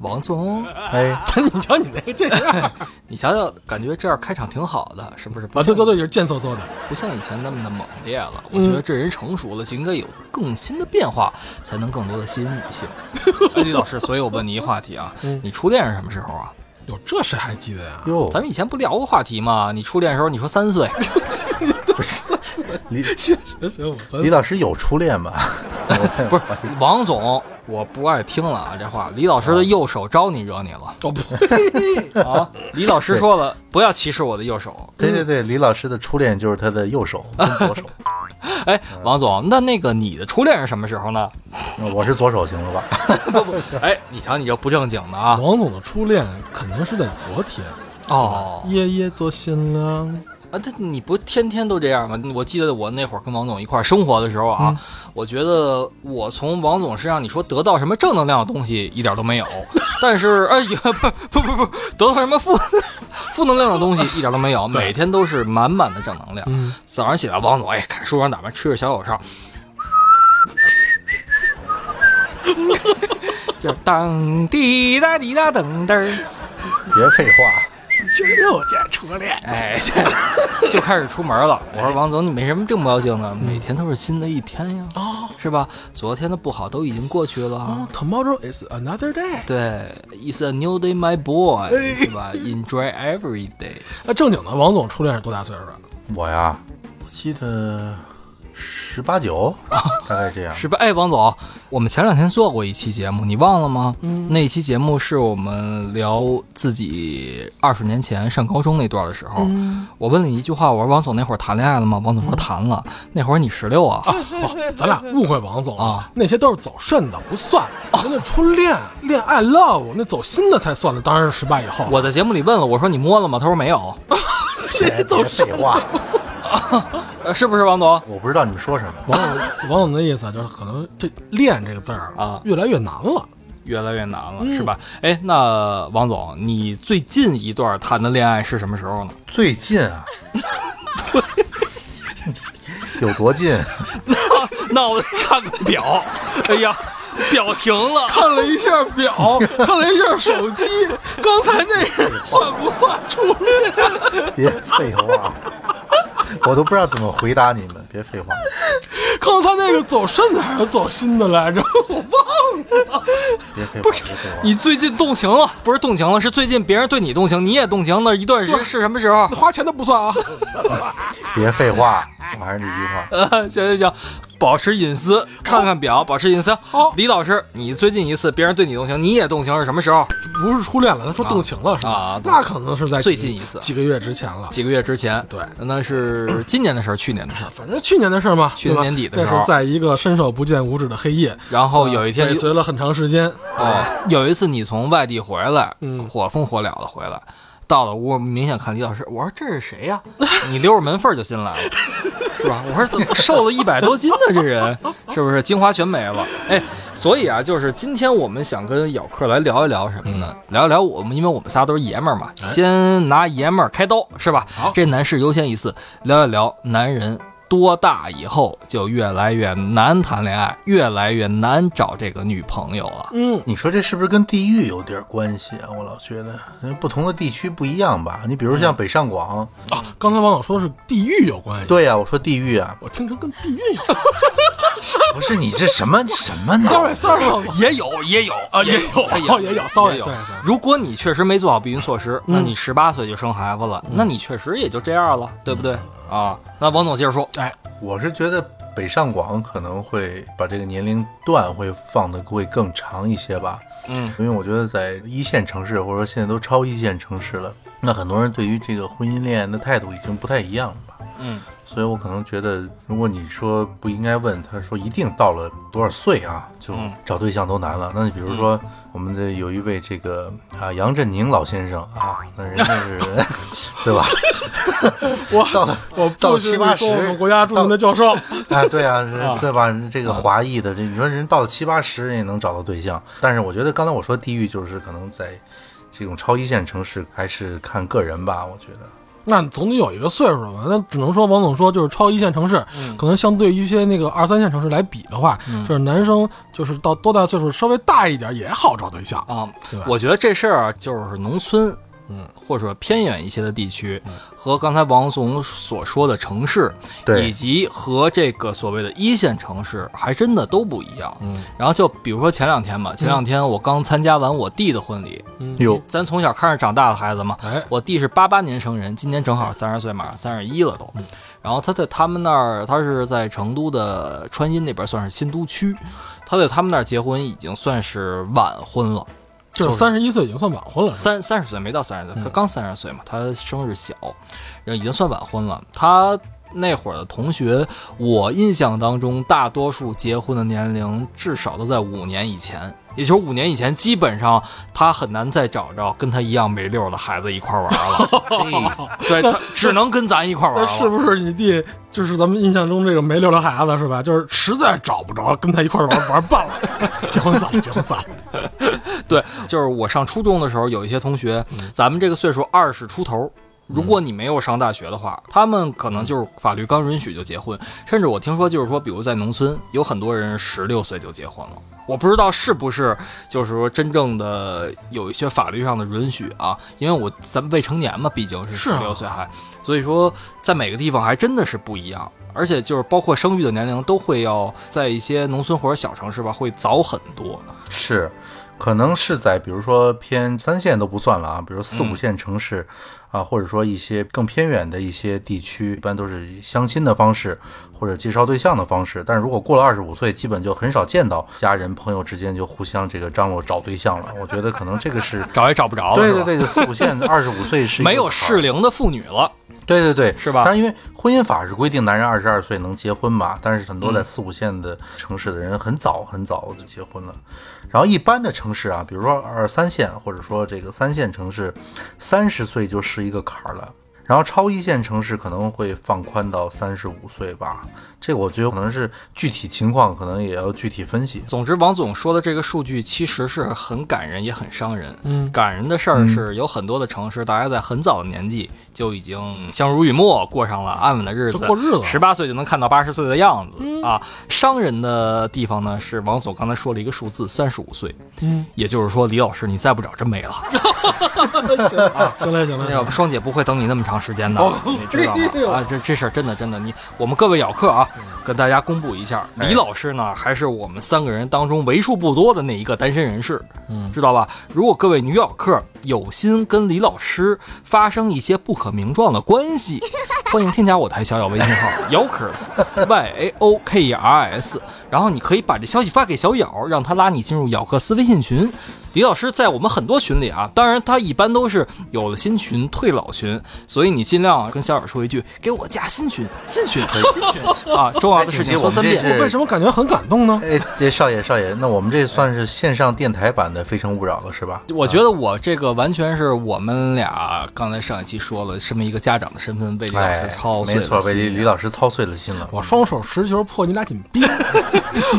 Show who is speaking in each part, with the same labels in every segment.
Speaker 1: 王总，
Speaker 2: 哎，
Speaker 3: 你瞧你那个 这样，
Speaker 1: 你瞧瞧，感觉这样开场挺好的，是不是？不
Speaker 3: 啊，对
Speaker 1: 像
Speaker 3: 对对，就是贱嗖嗖的。
Speaker 1: 不像以前那么的猛烈了。我觉得这人成熟了，就应该有更新的变化，才能更多的吸引女 性。哎李老师，所以我问你一话题啊，你初恋是什么时候啊？
Speaker 3: 哟，这谁还记得呀？
Speaker 2: 哟，
Speaker 1: 咱们以前不聊过话题吗？你初恋的时候你说三 岁，
Speaker 2: 李
Speaker 3: 行行行，我咱
Speaker 2: 李老师有初恋吗？
Speaker 1: 嗯不是王总，我不爱听了啊这话。李老师的右手招你惹你了
Speaker 3: 哦不，
Speaker 1: 啊？李老师说了，不要歧视我的右手。
Speaker 2: 对对对，李老师的初恋就是他的右 手跟左手，
Speaker 1: 哎，王总，那那个你的初恋是什么时候呢？
Speaker 2: 我是左手，行了 吧？
Speaker 1: 哎，你瞧你这不正经的啊！
Speaker 3: 王总的初恋肯定是在昨天，
Speaker 1: 哦，
Speaker 3: 夜夜做新郎。
Speaker 1: 啊，这你不天天都这样吗？我记得我那会儿跟王总一块儿生活的时候啊，我觉得我从王总身上你说得到什么正能量的东西一点都没有，但是哎呀，不不不不，得到什么负负能量的东西一点都没有，每天都是满满的正能量。
Speaker 3: 嗯，
Speaker 1: 早上起来，王总哎，看书上 打扮，吹着小口哨，就是当滴答滴答噔噔儿，
Speaker 2: 别废话，
Speaker 3: 今儿又见初恋，
Speaker 1: 哎， 对就开始出门了。我说王总，你没什么正不要紧的，每天都是新的一天呀，
Speaker 3: 哦
Speaker 1: 是吧？昨天的不好都已经过去了
Speaker 3: 哦。，Tomorrow is another day。
Speaker 1: 对，It's a new day, my boy，
Speaker 3: 哎
Speaker 1: 是吧？Enjoy every day。
Speaker 3: 那啊正经的王总初恋是多大岁数啊？
Speaker 2: 我呀，我记得十八
Speaker 1: 哦
Speaker 2: 九，大概这 样。
Speaker 1: 是吧？哎，王总，我们前两天做过一期节目，你忘了吗？嗯，那期节目是我们聊自己二十年前上高中那段的时候，我问了你一句话，我说王总那会儿谈恋爱了吗？王总说谈了，那会儿你十六啊。
Speaker 3: 哦，咱俩误会王总
Speaker 1: 啊，
Speaker 3: 那些都是走肾的，不算。人家初恋恋爱 love，那走心的才算的，当然是失败以后。
Speaker 1: 我在节目里问了，我说你摸了吗？他说没有，
Speaker 2: 别别废 话，
Speaker 1: 呃是不是王总？
Speaker 2: 我不知道你们说什么。
Speaker 3: 王总，王总的意思啊就是可能这“恋”这个字儿
Speaker 1: 啊
Speaker 3: 越来越难了。
Speaker 1: 越来越难了，是吧？哎，那王总，你最近一段谈的恋爱是什么时候呢？
Speaker 2: 最近啊，有多近？
Speaker 1: 那我得看看表，哎呀，表停了。
Speaker 3: 看了一下表，看了一下手机，刚才那 人 算不算初恋？
Speaker 2: 别废话，我都不知道怎么回答你们。别废话，
Speaker 3: 刚才那个走肾的还是走心的来着？我忘了。
Speaker 2: 别废话，别废话。
Speaker 1: 你最近动情了，不是动情了，是最近别人对你动情，你也动情的一段时是什么时候？
Speaker 3: 花钱的不算啊。
Speaker 2: 别废话，我还是那句话，
Speaker 1: 呃，行行行，保持隐私，看看表，保持隐私。
Speaker 3: 好
Speaker 1: 李老师，你最近一次别人对你动情，你也动情是什么时候？
Speaker 3: 不是初恋了，他说动情了是吧？
Speaker 1: 啊对
Speaker 3: 那可能是在
Speaker 1: 最
Speaker 3: 几
Speaker 1: 近一次
Speaker 3: 几个月之前了。
Speaker 1: 几个月之前。
Speaker 3: 对
Speaker 1: 那是今年的事儿，去年的事儿。
Speaker 3: 反正去年的事儿嘛，
Speaker 1: 去
Speaker 3: 对
Speaker 1: 年
Speaker 3: 吧
Speaker 1: 年底的
Speaker 3: 那
Speaker 1: 时候
Speaker 3: 是在一个伸手不见五指的黑夜，
Speaker 1: 然后有一天
Speaker 3: 尾随了很长时间。
Speaker 1: 哦，有一次你从外地回来，
Speaker 3: 嗯
Speaker 1: 火风火燎的回来，到了屋，明显看李老师，我说这是谁呀、你溜着门缝儿就进来了，是吧？我说怎么瘦了一百多斤呢？这人是不是精华全没了？哎，所以啊，就是今天我们想跟姚克来聊一聊什么呢？聊一聊我们，因为我们仨都是爷们儿嘛，先拿爷们儿开刀，是吧？这男士优先一次，聊一聊男人。多大以后就越来越难谈恋爱，越来越难找这个女朋友了。
Speaker 3: 嗯，
Speaker 2: 你说这是不是跟地域有点关系啊？我老觉得因为不同的地区不一样吧。你比如像北上广，
Speaker 3: 啊，刚才王总说的是地域有关系，
Speaker 2: 对呀、我说地域啊，
Speaker 3: 我听成跟避孕有关。
Speaker 2: 不是你这什么什么呢？
Speaker 3: sorry sorry，王总
Speaker 1: 也有，也有嗯啊，也
Speaker 3: 哦也有，sorry sorry sorry。
Speaker 1: 如果你确实没做好避孕措施，那你十八岁就生孩子了，那你确实也就这样了，对不对啊？那王总接着说，
Speaker 2: 我是觉得北上广可能会把这个年龄段会放的会更长一些吧。
Speaker 1: 嗯，
Speaker 2: 因为我觉得在一线城市，或者说现在都超一线城市了，那很多人对于这个婚姻恋爱的态度已经不太一样了吧。
Speaker 1: 嗯，
Speaker 2: 所以我可能觉得，如果你说不应该问，他说一定到了多少岁啊，就
Speaker 1: 嗯
Speaker 2: 找对象都难了。那你比如说，我们的有一位这个啊杨振宁老先生啊，那人家是， 对吧？
Speaker 3: 我
Speaker 2: 到了
Speaker 3: 我
Speaker 2: 到
Speaker 3: 不
Speaker 2: 七
Speaker 3: 是
Speaker 2: 八
Speaker 3: 你说我
Speaker 2: 十
Speaker 3: 们国家著名的教授，
Speaker 2: 啊，对啊，是
Speaker 1: 啊
Speaker 2: 对吧？这个华裔的，这你说人到了七八十人也能找到对象，但是我觉得刚才我说地域就是可能在这种超一线城市，还是看个人吧，我觉得。
Speaker 3: 那总得有一个岁数吧？那只能说王总说，就是超一线城市，可能相对于一些那个二三线城市来比的话，就是男生就是到多大岁数稍微大一点也好找对象。
Speaker 1: 啊
Speaker 3: 对吧，
Speaker 1: 我觉得这事儿啊，就是农村，嗯，或者偏远一些的地区，和刚才王总所说的城市，
Speaker 2: 对
Speaker 1: 以及和这个所谓的一线城市，还真的都不一样。嗯，然后就比如说前两天吧，前两天我刚参加完我弟的婚礼，
Speaker 2: 有
Speaker 1: 咱从小看着长大的孩子嘛，
Speaker 3: 哎，
Speaker 1: 我弟是八八年生人，今年正好三十岁，马上三十一了都。然后他在他们那儿，他是在成都的川音那边，算是新都区。他在他们那儿结婚已经算是晚婚了，
Speaker 3: 就是三十一岁已经算晚婚了，嗯是吧
Speaker 1: 三三十岁没到三十岁，他刚三十岁嘛，他生日小，然后已经算晚婚了。他那会儿的同学，我印象当中大多数结婚的年龄至少都在五年以前，也就是五年以前，基本上他很难再找着跟他一样没溜儿的孩子一块儿玩了。 对，他只能跟咱一块儿玩
Speaker 3: 那
Speaker 1: 了。
Speaker 3: 是不是你弟就是咱们印象中这个没溜的孩子是吧？就是实在找不着跟他一块儿玩玩伴了， 结婚算了，结婚算了。
Speaker 1: 对，就是我上初中的时候，有一些同学，咱们这个岁数二十出头。如果你没有上大学的话，他们可能就是法律刚允许就结婚，甚至我听说就是说，比如在农村有很多人十六岁就结婚了，我不知道是不是就是说真正的有一些法律上的允许啊，因为我咱们未成年嘛，毕竟是十
Speaker 3: 是啊
Speaker 1: 六岁还，所以说在每个地方还真的是不一样，而且就是包括生育的年龄都会要在一些农村或者小城市吧会早很多，。
Speaker 2: 是，可能是在比如说偏三线都不算了啊，比如四五线城市、啊，或者说一些更偏远的一些地区，一般都是以相亲的方式或者介绍对象的方式。但是如果过了二十五岁，基本就很少见到家人朋友之间就互相这个张罗找对象了。我觉得可能这个是
Speaker 1: 找也找不着了，
Speaker 2: 对
Speaker 1: 是吧
Speaker 2: 对对，就四五 线二十五岁是一个
Speaker 1: 没有
Speaker 2: 坎儿
Speaker 1: 适龄的妇女了。
Speaker 2: 对对对，
Speaker 1: 是吧
Speaker 2: 但是因为婚姻法是规定男人二十二岁能结婚嘛，但是很多在
Speaker 1: 嗯
Speaker 2: 四五线的城市的人很早很早就结婚了。然后一般的城市啊，比如说二三线或者说这个三线城市，三十岁就是一个坎儿了。然后超一线城市可能会放宽到三十五岁吧，这个我觉得可能是具体情况，可能也要具体分析。
Speaker 1: 总之，王总说的这个数据其实是很感人，也很伤人。
Speaker 3: 嗯
Speaker 1: 感人的事儿是有很多的城市，大家在很早的年纪就已经相濡以沫，过上了安稳的日子，
Speaker 3: 就过日子了嗯
Speaker 1: 十八岁就能看到八十岁的样子、啊。伤人的地方呢，是王总刚才说了一个数字，三十五岁，
Speaker 3: 嗯，
Speaker 1: 也就是说，李老师你再不找真没了。
Speaker 3: 行了行了行了，
Speaker 1: 要不双姐不会等你那么长时间的，你知道吗？啊，这这事儿真的真的，你我们各位咬客啊，跟大家公布一下，李老师呢还是我们三个人当中为数不多的那一个单身人士，嗯，知道吧？如果各位女咬客有心跟李老师发生一些不可名状的关系，欢迎添加我台小小微信号 yokers y a o k e r s，然后你可以把这消息发给小咬，让他拉你进入咬克斯微信群。李老师在我们很多群里啊，当然他一般都是有了新群退老群，所以你尽量啊跟小咬说一句，给我加新群，新群，新群啊，重要的事情说三
Speaker 2: 哎
Speaker 1: 遍。
Speaker 2: 这
Speaker 3: 为什么感觉很感动呢？
Speaker 2: 哎，这少爷少爷，那我们这算是线上电台版的《非诚勿扰》了是吧？
Speaker 1: 我觉得我这个完全是我们俩刚才上一期说了，这么一个家长的身份被李老
Speaker 2: 哎
Speaker 1: 师操，碎
Speaker 2: 没
Speaker 1: 了
Speaker 2: 错，被
Speaker 1: 心啊
Speaker 2: 李李老师操碎了心了。
Speaker 3: 我双手持球破你俩紧逼，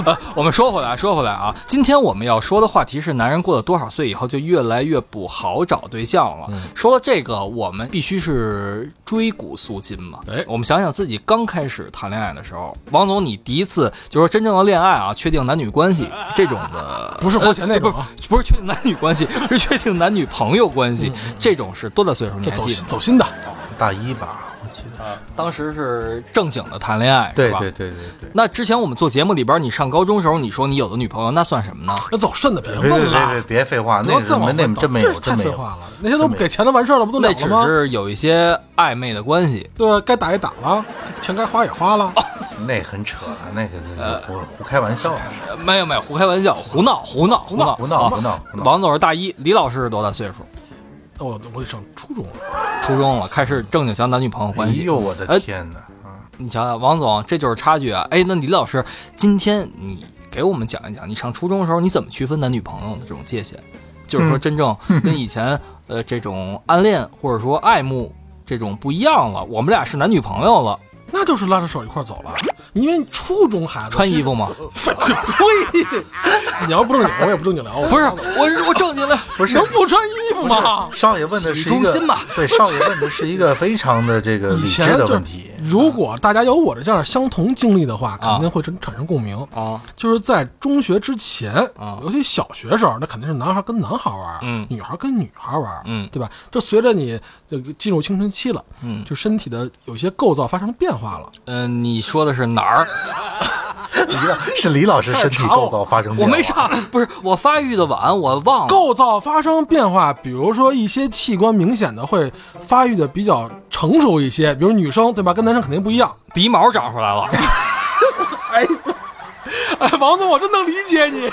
Speaker 1: 呃，我们说回来，说回来啊，今天我们要说的话题是，男人过了多少岁以后就越来越不好找对象了。
Speaker 2: 嗯
Speaker 1: 说到这个，我们必须是追古溯今嘛。
Speaker 3: 哎
Speaker 1: 我们想想自己刚开始谈恋爱的时候，王总，你第一次就说真正的恋爱啊，确定男女关系这种的， 呃
Speaker 3: 不是婚前那种
Speaker 1: 不
Speaker 3: 啊
Speaker 1: 是不是确定男女关系， 是确定男女朋友关系，这种是多大岁数？你
Speaker 3: 嗯就
Speaker 1: 还
Speaker 3: 走
Speaker 1: 记得吗？
Speaker 3: 走心的。
Speaker 2: 大一吧，我记得。
Speaker 1: 当时是正经的谈恋爱，
Speaker 2: 对
Speaker 1: 是吧
Speaker 2: 对对对对。
Speaker 1: 那之前我们做节目里边，你上高中时候你说你有了女朋友，那算什么呢？
Speaker 3: 那走肾的别
Speaker 2: 别
Speaker 3: 问
Speaker 2: 别别
Speaker 3: 了
Speaker 2: 别，别废话，
Speaker 3: 不
Speaker 2: 那
Speaker 3: 要
Speaker 2: 个
Speaker 3: 再往
Speaker 2: 没
Speaker 3: 回
Speaker 2: 那
Speaker 3: 倒
Speaker 2: 真没
Speaker 3: 这
Speaker 2: 有，
Speaker 3: 是
Speaker 2: 真
Speaker 3: 太
Speaker 2: 没
Speaker 3: 废
Speaker 2: 有。
Speaker 3: 话了，那些都给钱了完事儿了，不都了
Speaker 1: 那只
Speaker 3: 了吗？
Speaker 1: 是有一些暧昧的关系。
Speaker 3: 对，该打也打了，钱该花也花了，
Speaker 2: 那很扯了，那个就是胡胡开玩笑了，
Speaker 1: 呃没有没有，胡开玩笑，胡闹胡闹胡闹
Speaker 2: 胡闹
Speaker 1: 啊
Speaker 2: 胡闹胡闹
Speaker 1: 王总是大一，李老师是多大岁数？
Speaker 3: 哦我我得上初中了，
Speaker 1: 初中了，开始正经讲男女朋友
Speaker 2: 哎
Speaker 1: 关系。
Speaker 2: 呦，我的
Speaker 1: 哎
Speaker 2: 天哪！啊
Speaker 1: 你想想，王总，这就是差距啊！哎，那李老师，今天你给我们讲一讲，你上初中的时候你怎么区分男女朋友的这种界限？就是说，真正跟以前、呃这种暗恋或者说爱慕这种不一样了，我们俩是男女朋友了，
Speaker 3: 那就是拉着手一块儿走了，因为初中孩子
Speaker 1: 穿衣
Speaker 3: 其实
Speaker 1: 服吗？
Speaker 3: 呸！ 你要不正经，我也不正经聊。
Speaker 1: 不是，我是我正经的，
Speaker 2: 不是
Speaker 3: 能不穿衣服吗？
Speaker 2: 少爷问的
Speaker 1: 洗
Speaker 2: 是
Speaker 1: 浴
Speaker 2: 一
Speaker 1: 中心吧
Speaker 2: 个对，少爷问的是一个非常的这个
Speaker 3: 以
Speaker 2: 理智
Speaker 3: 前
Speaker 2: 的
Speaker 3: 就
Speaker 2: 问题。
Speaker 3: 如果大家有我的这样相同经历的话，肯定会产产生共鸣。
Speaker 1: 啊，
Speaker 3: 就是在中学之前
Speaker 1: 啊，
Speaker 3: 尤其小学时候，那肯定是男孩跟男孩玩，
Speaker 1: 嗯
Speaker 3: 女孩跟女孩玩，
Speaker 1: 嗯
Speaker 3: 对吧？这随着你这个进入青春期了，
Speaker 1: 嗯
Speaker 3: 就身体的有些构造发生变化了。
Speaker 1: 嗯、你说的是哪儿？
Speaker 2: 李老是李老师身体构造发生
Speaker 1: 我
Speaker 2: 变化，
Speaker 1: 没上，不是我发育的晚，我忘了。
Speaker 3: 构造发生变化，比如说一些器官明显的会发育的比较成熟一些，比如女生对吧，跟男生肯定不一样。
Speaker 1: 鼻毛长出来了，
Speaker 3: 哎，王总，我真能理解你，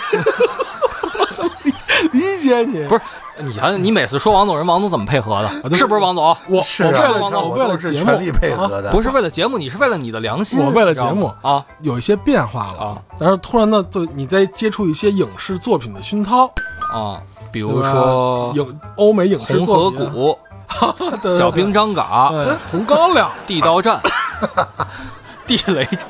Speaker 3: 理理解你。
Speaker 1: 不是？你想想，你每次说王总人，王总怎么配合的？
Speaker 3: 对
Speaker 1: 是不是王总？
Speaker 3: 我
Speaker 2: 是
Speaker 3: 我
Speaker 2: 啊，
Speaker 3: 为了
Speaker 2: 你看
Speaker 3: 我为
Speaker 2: 都
Speaker 3: 了
Speaker 2: 是
Speaker 3: 节
Speaker 2: 全力
Speaker 3: 目啊
Speaker 2: 配合的，
Speaker 1: 不是为了节目，你是为了你啊的良心。
Speaker 3: 我为了节
Speaker 1: 你
Speaker 3: 目
Speaker 1: 知道吗
Speaker 3: 有一些变化了
Speaker 1: 啊，
Speaker 3: 但是突然呢，就你在接触一些影视作品的熏陶，比
Speaker 1: 啊啊，比如说《
Speaker 3: 影欧美影视
Speaker 1: 红
Speaker 3: 作
Speaker 1: 河
Speaker 3: 品啊
Speaker 1: 谷》
Speaker 3: 对嗯
Speaker 1: 《小啊兵张 嘎》
Speaker 3: 对
Speaker 1: 《
Speaker 3: 红高 粱，
Speaker 1: 地道战》 《地雷战》，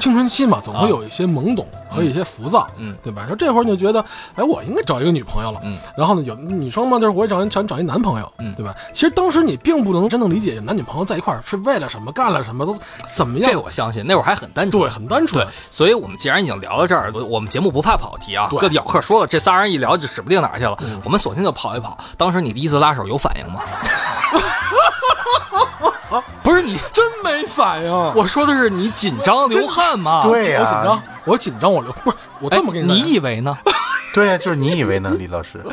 Speaker 3: 青春期嘛，总
Speaker 1: 啊
Speaker 3: 会有一些懵懂和一些浮躁，
Speaker 1: 嗯
Speaker 3: 对吧？就这会儿你就觉得，哎，我应该找一个女朋友了，
Speaker 1: 嗯，
Speaker 3: 然后呢，有女生嘛，就是我也找想找一男朋友，
Speaker 1: 嗯
Speaker 3: 对吧？其实当时你并不能真正理解男女朋友在一块儿是为了什么、干了什么，都怎么
Speaker 1: 这
Speaker 3: 样，
Speaker 1: 我相信，那会儿还很单纯。
Speaker 3: 对，很单纯
Speaker 1: 对。，所以我们既然已经聊到这儿，我我们节目不怕跑题啊。
Speaker 3: 对嗯
Speaker 1: 各地咬客说了，这仨人一聊就指不定哪儿去了，我们索性就跑一跑。当时你第一次拉手有反应 吗？不是你，
Speaker 3: 真没反应，我
Speaker 1: 我说的是你紧张流汗吗？
Speaker 3: 我
Speaker 2: 对啊
Speaker 3: 紧
Speaker 2: 呀
Speaker 3: 张，我紧张，我流不是我
Speaker 1: 哎
Speaker 3: 这么跟
Speaker 1: 你
Speaker 3: 你讲
Speaker 1: 以为呢？
Speaker 2: 对呀，就是你以为呢，李老师，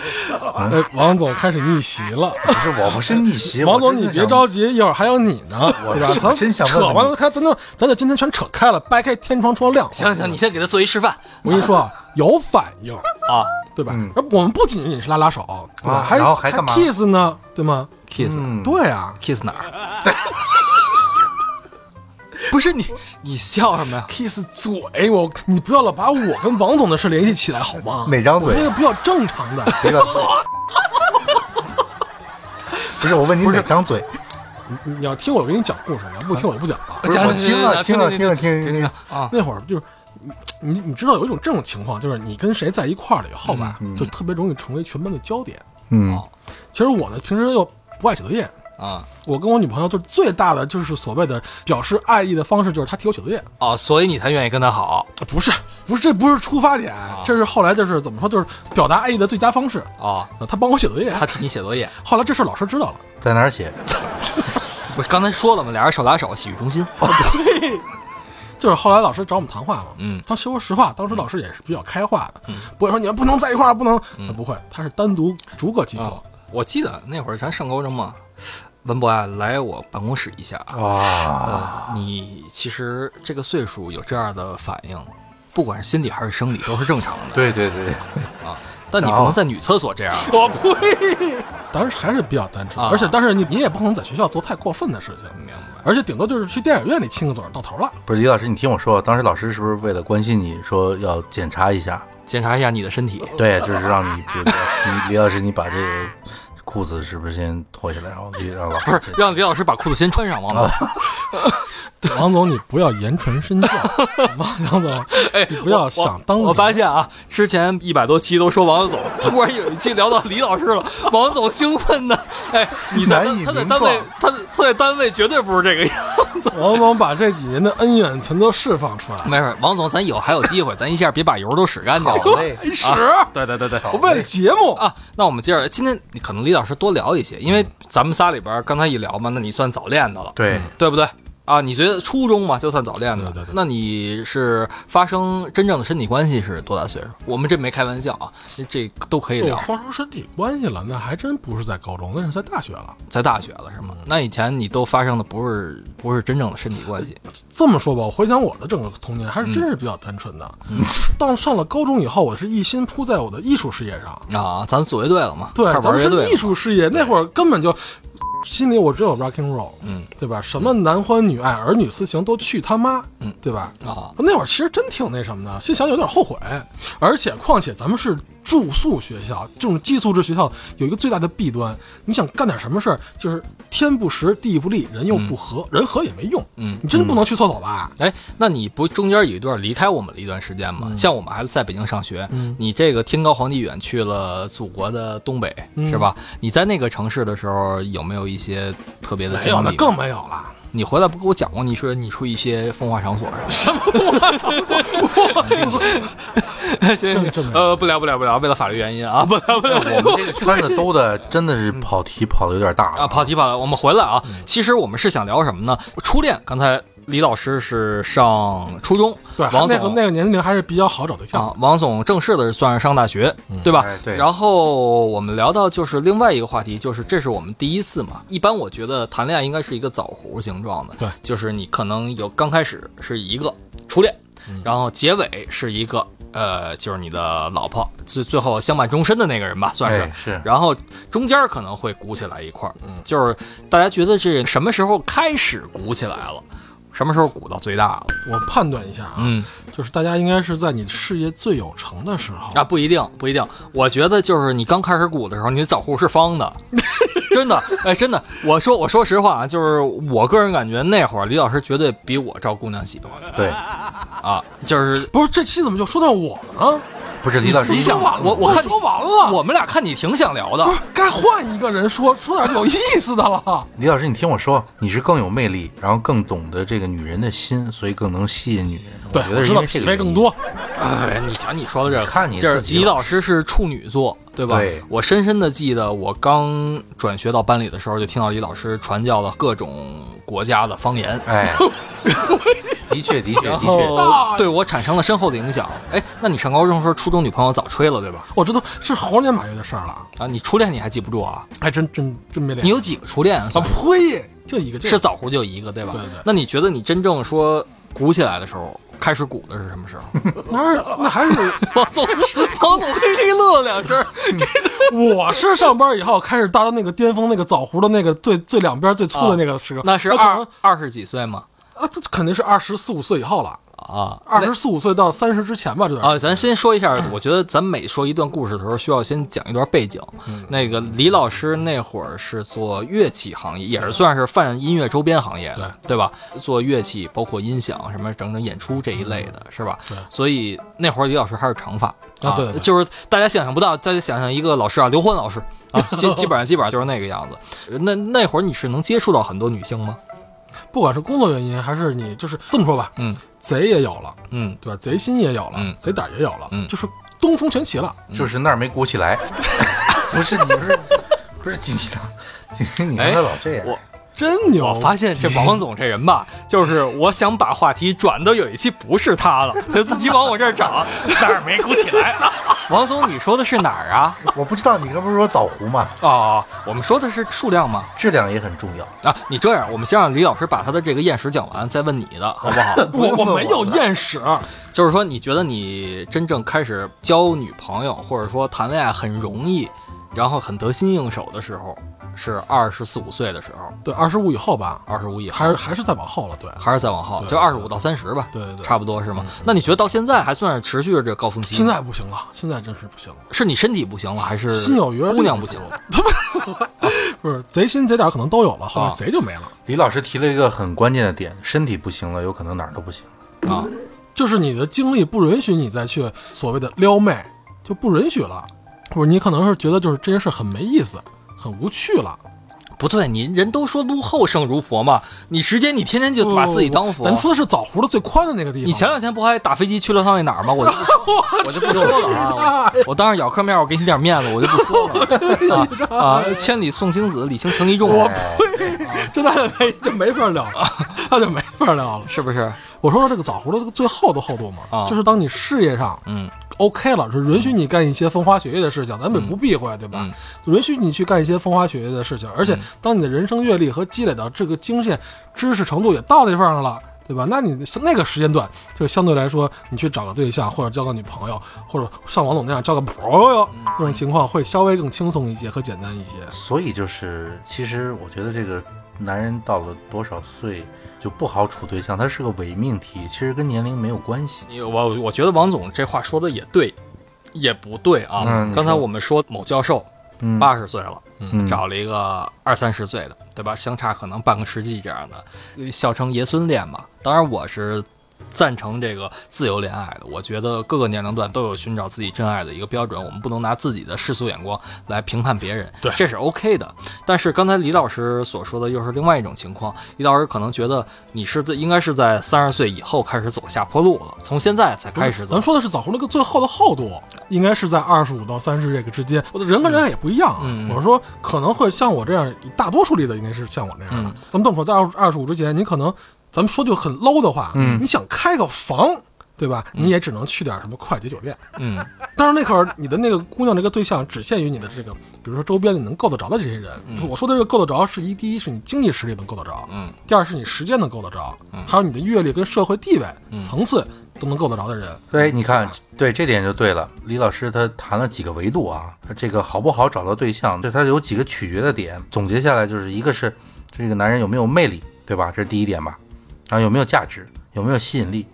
Speaker 3: 哎，王总开始逆袭了。
Speaker 2: 不是哎我不是逆袭，
Speaker 3: 王
Speaker 2: 我
Speaker 3: 总，
Speaker 2: 真
Speaker 3: 你
Speaker 2: 的
Speaker 3: 别
Speaker 2: 想
Speaker 3: 着急，一会儿还有你呢，
Speaker 2: 我
Speaker 3: 对吧？
Speaker 2: 是
Speaker 3: 咱
Speaker 2: 真想
Speaker 3: 扯
Speaker 2: 问问
Speaker 3: 完
Speaker 2: 你
Speaker 3: 了，开，咱就咱就今天全扯开了，掰开天窗说亮。
Speaker 1: 行行，你先给他做一示范
Speaker 3: 我跟你说啊，有反应，
Speaker 1: 啊
Speaker 3: 对吧？而我们不仅仅是拉拉手，对吧？
Speaker 2: 嗯啊
Speaker 3: 还
Speaker 2: 然后
Speaker 3: 还
Speaker 2: 还干嘛
Speaker 3: kiss 呢，对吗？
Speaker 1: ，kiss
Speaker 2: 嗯，
Speaker 3: 对啊，
Speaker 1: kiss 哪儿？ 不是你，你笑什么呀？
Speaker 3: kiss 嘴，哎我你不要老把我跟王总的事联系起来好吗？
Speaker 2: 哪张嘴
Speaker 3: 我说一个比较正常的，
Speaker 2: 李老师，不是我问你哪张嘴？
Speaker 3: 你你要听我给你讲故事，你要不听我就不讲了。
Speaker 2: 不是
Speaker 1: 讲
Speaker 2: 我听了听
Speaker 1: 听
Speaker 2: 了听了听了
Speaker 1: 听
Speaker 2: 听了
Speaker 1: 啊！
Speaker 3: 那会儿就是你你你知道有一种这种情况，就是你跟谁在一块儿了以后吧，就特别容易成为全班的焦点。
Speaker 2: 嗯，
Speaker 3: 其实我呢，平时又不爱写作业。
Speaker 1: 啊
Speaker 3: 我跟我女朋友就是最大的就是所谓的表示爱意的方式，就是她替我写作业。
Speaker 1: 哦，所以你才愿意跟他好
Speaker 3: 不是，啊不是，这不是出发点，这是后来就是怎么说，就是表达爱意的最佳方式。
Speaker 1: 哦，
Speaker 3: 呃她帮我写作业，
Speaker 1: 他替你写作业。
Speaker 3: 后来这事儿老师知 道了，
Speaker 2: 在哪儿写？
Speaker 1: 不是刚才说了吗？俩人手拉手，洗浴中心。
Speaker 3: 就是后来老师找我们谈话嘛。
Speaker 1: 嗯
Speaker 3: 当说实话，当时老师也是比较开化的，不会说你们不能在一块儿，不能，呃不会，他是单独逐个击破。
Speaker 1: 哦，我记得那会儿咱上高中嘛，文博啊，来我办公室一下啊。
Speaker 2: 哇，
Speaker 1: 呃，你其实这个岁数有这样的反应，不管是心理还是生理都是正常的
Speaker 2: 对对对，
Speaker 1: 啊。但你不
Speaker 2: 然
Speaker 1: 能
Speaker 2: 后
Speaker 1: 在女厕所这样啊。
Speaker 3: 我呸！当时还是比较单纯，
Speaker 1: 啊
Speaker 3: 而且但是你你也不能在学校做太过分的事情，
Speaker 1: 明白。
Speaker 3: 而且顶多就是去电影院里亲个嘴儿到头了。
Speaker 2: 不是李老师，你听我说，当时老师是不是为了关心你说要检查一下？
Speaker 1: 检查一下你的身体。
Speaker 2: 对，就是让你别，你李老师，你把这个裤子是不是先脱下来，然后给让老师
Speaker 1: 不是
Speaker 2: 检
Speaker 1: 让李老师把裤子先穿上，王总。
Speaker 3: 王总，你不要言传身教， 好吗？王总，你不要想当
Speaker 1: 哎我
Speaker 3: 年
Speaker 1: 我发现啊，之前一百多期都说王总，突然有一期聊到李老师了，王总兴奋的，哎，你在
Speaker 2: 难以
Speaker 1: 他在
Speaker 2: 名
Speaker 1: 单位
Speaker 2: 状，
Speaker 1: 他在他在单位绝对不是这个样。
Speaker 3: 王总把这几年的恩怨全都释放出来了。
Speaker 1: 没事，王总，咱以后还有机会，咱一下别把油都使干净
Speaker 2: 好
Speaker 1: 了。
Speaker 2: 嘞，
Speaker 3: 屎！
Speaker 1: 对对对对。
Speaker 3: 我为了节目，
Speaker 1: 啊，那我们接着来，今天可
Speaker 3: 嗯
Speaker 1: 能李老师多聊一些，因为咱们仨里边儿刚才一聊嘛，那你算早恋的了，
Speaker 2: 对，
Speaker 1: 对不对？啊，你觉得初中嘛就算早恋的，
Speaker 3: 对对对
Speaker 1: 那你是发生真正的身体关系是多大岁数？我们这没开玩笑啊，这这都可以聊
Speaker 3: 哦，，发生身体关系了，那还真不是在高中，那是在大学了。
Speaker 1: 在大学了是吗？那以前你都发生的不是不是真正的身体关系，
Speaker 3: 这么说吧，我回想我的整个童年，还是
Speaker 1: 嗯
Speaker 3: 真是比较单纯的。到上了高中以后，我是一心扑在我的艺术事业上。
Speaker 1: 啊，咱组乐队了嘛，
Speaker 3: 对
Speaker 1: 开始，
Speaker 3: 咱
Speaker 1: 玩
Speaker 3: 们
Speaker 1: 乐队
Speaker 3: 是
Speaker 1: 了
Speaker 3: 艺术事业，那会儿根本就心里我只有 rock and roll，
Speaker 1: 嗯，
Speaker 3: 对吧？什么男欢女爱、儿女私情都去他妈，嗯，对吧？
Speaker 1: 啊，
Speaker 3: 那会儿其实真挺那什么的，心想有点后悔，而且况且咱们是住宿学校，这种寄宿制学校有一个最大的弊端，你想干点什么事儿，就是天不时地不利，人又不和，人和也没用，
Speaker 1: 嗯
Speaker 3: 你真的不能去厕所吧？
Speaker 1: 哎，那你不中间有一段离开我们了一段时间吗？像我们还在北京上学，
Speaker 3: 嗯
Speaker 1: 你这个天高皇帝远去了祖国的东北，
Speaker 3: 嗯
Speaker 1: 是吧？你在那个城市的时候有没有一些特别的
Speaker 3: 没
Speaker 1: 经
Speaker 3: 有，
Speaker 1: 历？
Speaker 3: 那更没有了。
Speaker 1: 你回来不给我讲过？你说你出一些风化场所 什么 风化场所？行
Speaker 3: 真没有
Speaker 1: 呃，不聊不聊不聊，为了法律原因啊，不聊不聊。
Speaker 2: 我们这个圈子兜的真的是跑题跑的有点大了
Speaker 1: 啊，跑题跑了，我们回来啊。
Speaker 3: 嗯
Speaker 1: 其实我们是想聊什么呢？初恋。刚才李老师是上初中，
Speaker 3: 对，
Speaker 1: 王
Speaker 3: 那个
Speaker 1: 总
Speaker 3: 那个年龄还是比较好找对象的。
Speaker 1: 啊，王总正式的算是上大学，对吧、
Speaker 2: 哎对
Speaker 1: 然后我们聊到就是另外一个话题，就是这是我们第一次嘛。一般我觉得谈恋爱应该是一个枣核形状的，
Speaker 3: 对
Speaker 1: 就是你可能有刚开始是一个初恋，然后结尾是一个呃，就是你的老婆，最最后相伴终身的那个人吧，算是。
Speaker 2: 哎是
Speaker 1: 然后中间可能会鼓起来一块儿，就是大家觉得这什么时候开始鼓起来了，什么时候鼓到最大了？
Speaker 3: 我判断一下啊，
Speaker 1: 嗯。
Speaker 3: 就是大家应该是在你事业最有成的时候
Speaker 1: 啊，不一定，不一定。我觉得就是你刚开始鼓的时候，你的枣核是方的，真的，哎，真的。我说，我说实话啊，就是我个人感觉那会儿李老师绝对比我招姑娘喜欢
Speaker 2: 对，
Speaker 1: 啊，就是
Speaker 3: 不是这期怎么就说到我了呢？
Speaker 2: 不是李老师，
Speaker 1: 你
Speaker 2: 你
Speaker 1: 想
Speaker 2: 想
Speaker 1: 啊我我
Speaker 3: 都
Speaker 1: 看你
Speaker 3: 说完了，
Speaker 1: 我们俩看你挺想聊的
Speaker 3: 不是该换一个人说说点有意思的了。
Speaker 2: 李老师，你听我说，你是更有魅力，然后更懂得这个女人的心，所以更能吸引女人。
Speaker 3: 对，
Speaker 2: 觉
Speaker 3: 我
Speaker 2: 得是
Speaker 3: 知
Speaker 2: 因
Speaker 3: 道
Speaker 2: 为这
Speaker 3: 品
Speaker 2: 个
Speaker 3: 味
Speaker 2: 原因
Speaker 3: 更。多。
Speaker 1: 哎，你瞧你说的这个，
Speaker 2: 你看你
Speaker 1: 就
Speaker 2: 自
Speaker 1: 是
Speaker 2: 己
Speaker 1: 李
Speaker 2: 了
Speaker 1: 老师是处女座，对吧？
Speaker 2: 对
Speaker 1: 我深深的记得，我刚转学到班里的时候，就听到李老师传教了各种国家的方言。
Speaker 2: 哎，的确，的确，的
Speaker 1: 然
Speaker 2: 确，
Speaker 3: 哦
Speaker 1: 后对我产生了深厚的影响。哎，那你上高中的时候，初中女朋友早吹了，对吧？
Speaker 3: 我知道是猴年马月的事儿了，
Speaker 1: 啊，你初恋你还记不住啊？
Speaker 3: 还真真真没脸。
Speaker 1: 你有几个初恋啊？
Speaker 3: 啊？呸，就一个就是
Speaker 1: 枣核就一个，对吧？
Speaker 3: 对对
Speaker 1: 那你觉得你真正说鼓起来的时候，开始鼓的是什么 时候？
Speaker 3: 那是那还是
Speaker 1: 王总，王总嘿嘿乐了两 声。
Speaker 3: 我是上班以后开始达到那个巅峰，那个枣核的那个最最两边最粗的啊那个时刻。
Speaker 1: 那是
Speaker 3: 可能
Speaker 1: 二二十几岁吗？
Speaker 3: 啊，这肯定是二十四五岁以后了，
Speaker 1: 啊，
Speaker 3: 二十四五岁到三十之前吧，这段
Speaker 1: 啊，咱先说一下，
Speaker 3: 嗯
Speaker 1: 我觉得咱每说一段故事的时候，需要先讲一段背景。
Speaker 3: 嗯
Speaker 1: 那个李老师那会儿是做乐器行业，也是算是泛音乐周边行业的，对吧？做乐器，包括音响什么，整整演出这一类的，是吧？所以那会儿李老师还是长发
Speaker 3: 嗯啊对对对
Speaker 1: 就是大家想象不到，大家想象一个老师啊，刘欢老师 啊，基基本上基本上就是那个样子。呃那那会儿你是能接触到很多女性吗？
Speaker 3: 不管是工作原因还是你就是这么说吧，
Speaker 1: 嗯
Speaker 3: 贼也有了，
Speaker 1: 嗯，
Speaker 3: 对吧？贼心也有了，
Speaker 1: 嗯
Speaker 3: 贼胆儿也有了，
Speaker 1: 嗯
Speaker 3: 就是东风全齐了。
Speaker 2: 就是那儿没鼓起来。 不是，你不是，不是你你你刚才老这样，
Speaker 3: 哎
Speaker 1: 我
Speaker 3: 真牛！
Speaker 1: 我发现这王总这 人吧，就是我想把话题转到有一期不是 他了，他自己往我这儿找，哪儿没鼓起来。 王总，你说的是哪儿啊？
Speaker 2: 我不知道你刚不是说枣核吗？
Speaker 1: 哦，我们说的是数量吗？
Speaker 2: 质量也很重要。
Speaker 1: 啊，你这样，我们先让李老师把他的这个厌食讲完，再问你 的好不好？
Speaker 3: 我我
Speaker 2: 不用问
Speaker 3: 没有
Speaker 2: 我了
Speaker 3: 厌食，
Speaker 1: 就是说，你觉得你真正开始交女朋友，或者说谈恋爱很容易，然后很得心应手的时候，是二十四五岁的时候，
Speaker 3: 对，二十五以后吧，
Speaker 1: 二十五以后
Speaker 3: 还是还是再往后了，对。
Speaker 1: 还是再往后，
Speaker 3: 对
Speaker 1: 就二十五到三十吧，
Speaker 3: 对对对嗯
Speaker 1: 差不多是吗？那你觉得到现在还算是持续着这个高峰期吗？
Speaker 3: 现在不行了，现在真是不行了，
Speaker 1: 是你身体不行了，还是
Speaker 3: 心有余而力
Speaker 1: 姑娘不行？
Speaker 3: 足，不是贼心贼胆可能都有了，后
Speaker 1: 啊
Speaker 3: 面贼就没了。
Speaker 2: 李老师提了一个很关键的点，身体不行了，有可能哪儿都不行。
Speaker 1: 啊？
Speaker 3: 就是你的精力不允许你再去所谓的撩妹，就不允许了，或者你可能是觉得就是这件事很没意思，很无趣了。
Speaker 1: 不对，你人都说路后生如佛嘛，你直接你天天就把自己当佛。
Speaker 3: 咱说的是枣核的最宽的那个地方。哎
Speaker 1: 你 前两天不还打飞机去了趟那哪儿吗？我就我就不说了啊！我我当时咬颗面，我给你点面子，我就不 说了
Speaker 2: 哎
Speaker 1: 啊啊！千里送精子，礼轻情意重。
Speaker 3: 这那没这没法聊了，那就没法聊了。
Speaker 1: 是不是？
Speaker 3: 我说说这个枣核的这个最厚的厚度嘛，
Speaker 1: 啊
Speaker 3: 就是当你事业上
Speaker 1: 嗯
Speaker 3: OK 了，是允许你干一些风花雪月的事情，咱们也不避讳，啊对吧？允许你去干一些风花雪月的事情，而且当你的人生阅历和积累到这个经验、知识程度也到那份儿上了。对吧？那你那个时间段，就相对来说，你去找个对象，或者交个女朋友，或者像王总那样交个朋友，那种情况会稍微更轻松一些和简单一些。
Speaker 2: 所以就是，其实我觉得这个男人到了多少岁就不好处对象，它是个伪命题，其实跟年龄没有关系。
Speaker 1: 你我我觉得王总这话说的也对，也不对啊。
Speaker 2: 嗯你
Speaker 1: 刚才
Speaker 2: 说
Speaker 1: 我们说某教授
Speaker 2: 嗯，
Speaker 1: 八十岁了，
Speaker 2: 嗯
Speaker 1: 找了一个二三十岁的，对吧？相差可能半个世纪这样的，呃笑称爷孙恋嘛。当然，我是赞成这个自由恋爱的。我觉得各个年龄段都有寻找自己真爱的一个标准，我们不能拿自己的世俗眼光来评判别人，
Speaker 3: 对
Speaker 1: 这是 OK 的。但是刚才李老师所说的又是另外一种情况，李老师可能觉得你是在应该是在三十岁以后开始走下坡路了，从现在才开始
Speaker 3: 嗯
Speaker 1: 走
Speaker 3: 咱。说的是枣核那个最厚的厚度，应该是在二十五到三十这个之间。我的人跟人也不一样啊，
Speaker 1: 嗯嗯
Speaker 3: 我是说可能会像我这样，大多数例子应该是像我这样的。
Speaker 1: 嗯
Speaker 3: 咱们这么说，在二二十五之前，你可能咱们说句很 low 的话，
Speaker 2: 嗯
Speaker 3: 你想开个房，对吧？你也只能去点什么快捷酒店。
Speaker 1: 嗯
Speaker 3: 当然，那会儿你的那个姑娘这个对象只限于你的这个，比如说周边你能够得着的这些人。我说的这个够得着，是一第一是你经济实力能够得着，
Speaker 1: 嗯
Speaker 3: 第二是你时间能够得着，还有你的阅历跟社会地位、层次都能够得着的人。
Speaker 2: 对，你看，对这点就对了。李老师他谈了几个维度啊，他这个好不好找到对象，对他有几个取决的点。总结下来就是一个是这个男人有没有魅力，对吧？这是第一点吧。然后有没有价值，有没有吸引力，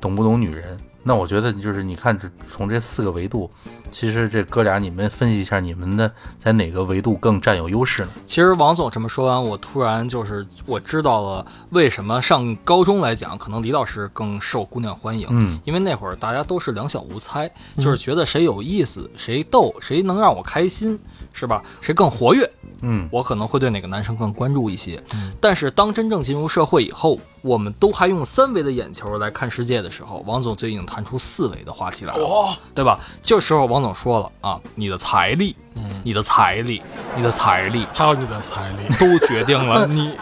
Speaker 2: 懂不懂女人？那我觉得就是你看，这从这四个维度，其实这哥俩你们分析一下，你们的在哪个维度更占有优势呢？
Speaker 1: 其实王总这么说完，我突然就是我知道了为什么上高中来讲，可能李老师更受姑娘欢迎。
Speaker 2: 嗯，
Speaker 1: 因为那会儿大家都是两小无猜，就是觉得谁有意思，谁逗，谁能让我开心，是吧？谁更活跃，
Speaker 2: 嗯，
Speaker 1: 我可能会对哪个男生更关注一些。但是当真正进入社会以后，我们都还用三维的眼球来看世界的时候，王总就已经谈出四维的话题来了。
Speaker 3: 哦，
Speaker 1: 对吧？这时候王总说了啊，你的财力，你的财力，你的财力，
Speaker 3: 还有你的财力。
Speaker 1: 都决定 了你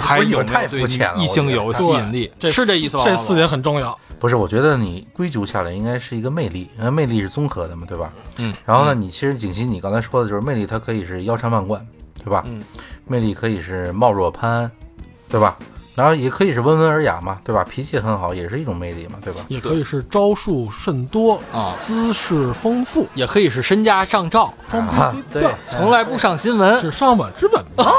Speaker 1: 还有没有
Speaker 2: 太
Speaker 1: 对
Speaker 2: 肤浅了
Speaker 1: 异性有吸引力，
Speaker 3: 对
Speaker 1: 是
Speaker 3: 这
Speaker 1: 这意思吧？
Speaker 3: 这
Speaker 1: 王
Speaker 3: 四
Speaker 1: 总
Speaker 3: 点很重要。
Speaker 2: 不是，我觉得你归咎下来应该是一个魅力，因为魅力是综合的嘛，对吧？
Speaker 1: 嗯。
Speaker 2: 然后呢，你其实景熙，你刚才说的就是魅力，它可以是腰缠万贯，对吧？
Speaker 1: 嗯。
Speaker 2: 魅力可以是貌若潘安，对吧？然后也可以是温文尔雅嘛，对吧？脾气很好，也是一种魅力嘛，对吧？
Speaker 3: 也可以是招数甚多
Speaker 1: 啊
Speaker 3: 姿势丰富，
Speaker 1: 也可以是身家上照，
Speaker 3: 装
Speaker 2: 啊
Speaker 3: 逼，低
Speaker 2: 对
Speaker 3: 调，，
Speaker 1: 从来不上新闻。
Speaker 3: 是上吧之 本吧。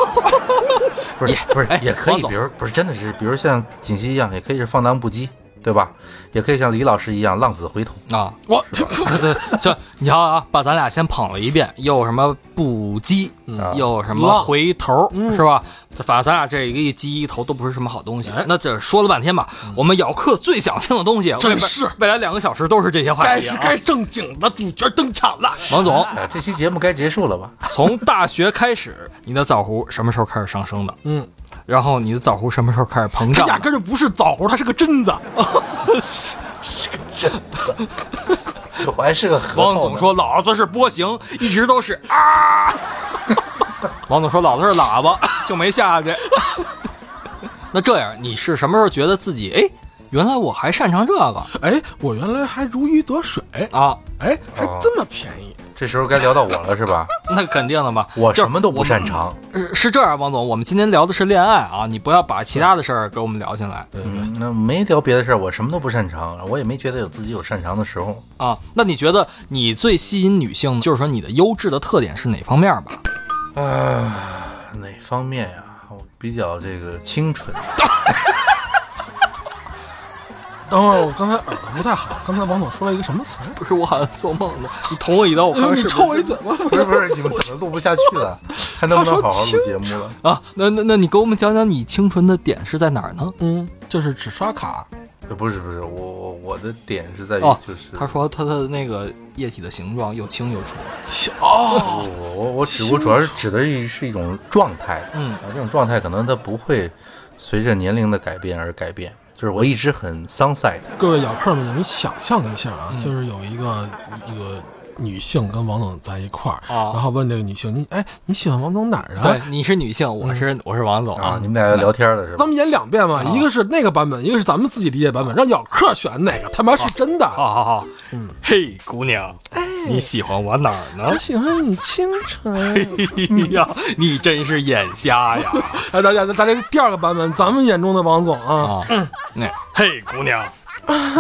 Speaker 2: 不是不是
Speaker 1: 哎，
Speaker 2: 也可
Speaker 1: 王
Speaker 2: 以，
Speaker 1: 总
Speaker 2: 比如不是真的是，比如像景熙一样，也可以是放荡不羁，对吧？也可以像李老师一样浪子回头。
Speaker 1: 啊，
Speaker 3: 我
Speaker 1: 对，行，你瞧啊，把咱俩先捧了一遍，又什么不羁，
Speaker 2: 嗯
Speaker 1: 又什么回头，是吧？反正咱俩这一个鸡一头都不是什么好东西。那这说了半天吧，我们咬客最想听的东西，
Speaker 3: 真
Speaker 1: 未来
Speaker 3: 是
Speaker 1: 未来两个小时都是这些话
Speaker 3: 该
Speaker 1: 题
Speaker 3: 是
Speaker 1: 啊。
Speaker 3: 该正经的主角登场了。
Speaker 1: 王总，
Speaker 2: 啊，这期节目该结束了吧？
Speaker 1: 从大学开始，你的枣核什么时候开始上升的？
Speaker 3: 嗯，哎
Speaker 1: 然后你的枣核什么时候开始膨
Speaker 3: 他
Speaker 1: 胀
Speaker 3: 压
Speaker 1: 的？
Speaker 3: 根儿就不是枣核，他是个榛子。
Speaker 2: 我还是个核桃
Speaker 1: 王
Speaker 2: 呢
Speaker 1: 总说：“老子是波形，一直都是啊。” 王总说：“老子是喇叭，就没下去。” 那这样，你是什么时候觉得自己哎，原来我还擅长这个
Speaker 3: 哎，我原来还如鱼得水，
Speaker 1: 啊？
Speaker 3: 哎，还
Speaker 2: 哦
Speaker 3: 这么便宜。
Speaker 2: 这时候该聊到我了是吧？
Speaker 1: 那肯定的嘛，
Speaker 2: 我
Speaker 1: 就是
Speaker 2: 什么都不
Speaker 1: 我们
Speaker 2: 擅长。
Speaker 1: 是是这样，王总，我们今天聊的是恋爱啊，你不要把其他的事儿给我们聊进来
Speaker 3: 对对对，
Speaker 2: 嗯，那没聊别的事儿，我什么都不擅长，我也没觉得有自己有擅长的时候。
Speaker 1: 啊。那你觉得你最吸引女性，就是说你的优质的特点是哪方面吧？
Speaker 2: 啊，哪方面呀、我比较这个清纯，
Speaker 3: 等会儿哦我刚才耳朵不太好，刚才王总说了一个什么词儿？
Speaker 1: 不是，我好像做梦了，你捅我一刀，我
Speaker 3: 哎
Speaker 1: 看
Speaker 3: 呦
Speaker 1: 看
Speaker 3: 你
Speaker 1: 是不
Speaker 3: 抽我
Speaker 1: 是
Speaker 3: 一嘴巴！
Speaker 2: 不是不是，你们怎么录不下去了？还能不能好好录节目了？
Speaker 1: 啊？那那那你给我们讲讲你清纯的点是在哪儿呢？
Speaker 3: 嗯，就是只刷卡，
Speaker 2: 不是不是，我我我的点是在于
Speaker 1: 哦
Speaker 2: 就是，
Speaker 1: 他说他的那个液体的形状又轻又纯，
Speaker 2: 啊
Speaker 3: 哦，
Speaker 2: 我我我指我主要是指的是是一种状态，
Speaker 1: 嗯
Speaker 2: 啊，这种状态可能它不会随着年龄的改变而改变。就是我一直很 sunside，
Speaker 3: 嗯各位咬客们，你们想象一下啊，就是有一个一个女性跟王总在一块儿，
Speaker 1: 啊
Speaker 3: 然后问这个女性，你哎你喜欢王总哪儿啊？
Speaker 1: 对，你是女性，我是我是王总
Speaker 2: 啊，你们俩聊天了是吧
Speaker 3: 咱？们演两遍嘛，一个是那个版本，一个是咱们自己理解版本，让咬客选哪个他妈是真的。
Speaker 1: 好好好，嘿，姑娘，你喜欢我哪儿呢
Speaker 3: 我？喜欢你清晨。
Speaker 1: 哎 呀，你真是眼瞎呀！
Speaker 3: 哎，大家，大家第二个版本，咱们眼中的王总啊，
Speaker 1: 啊，那嘿，姑娘，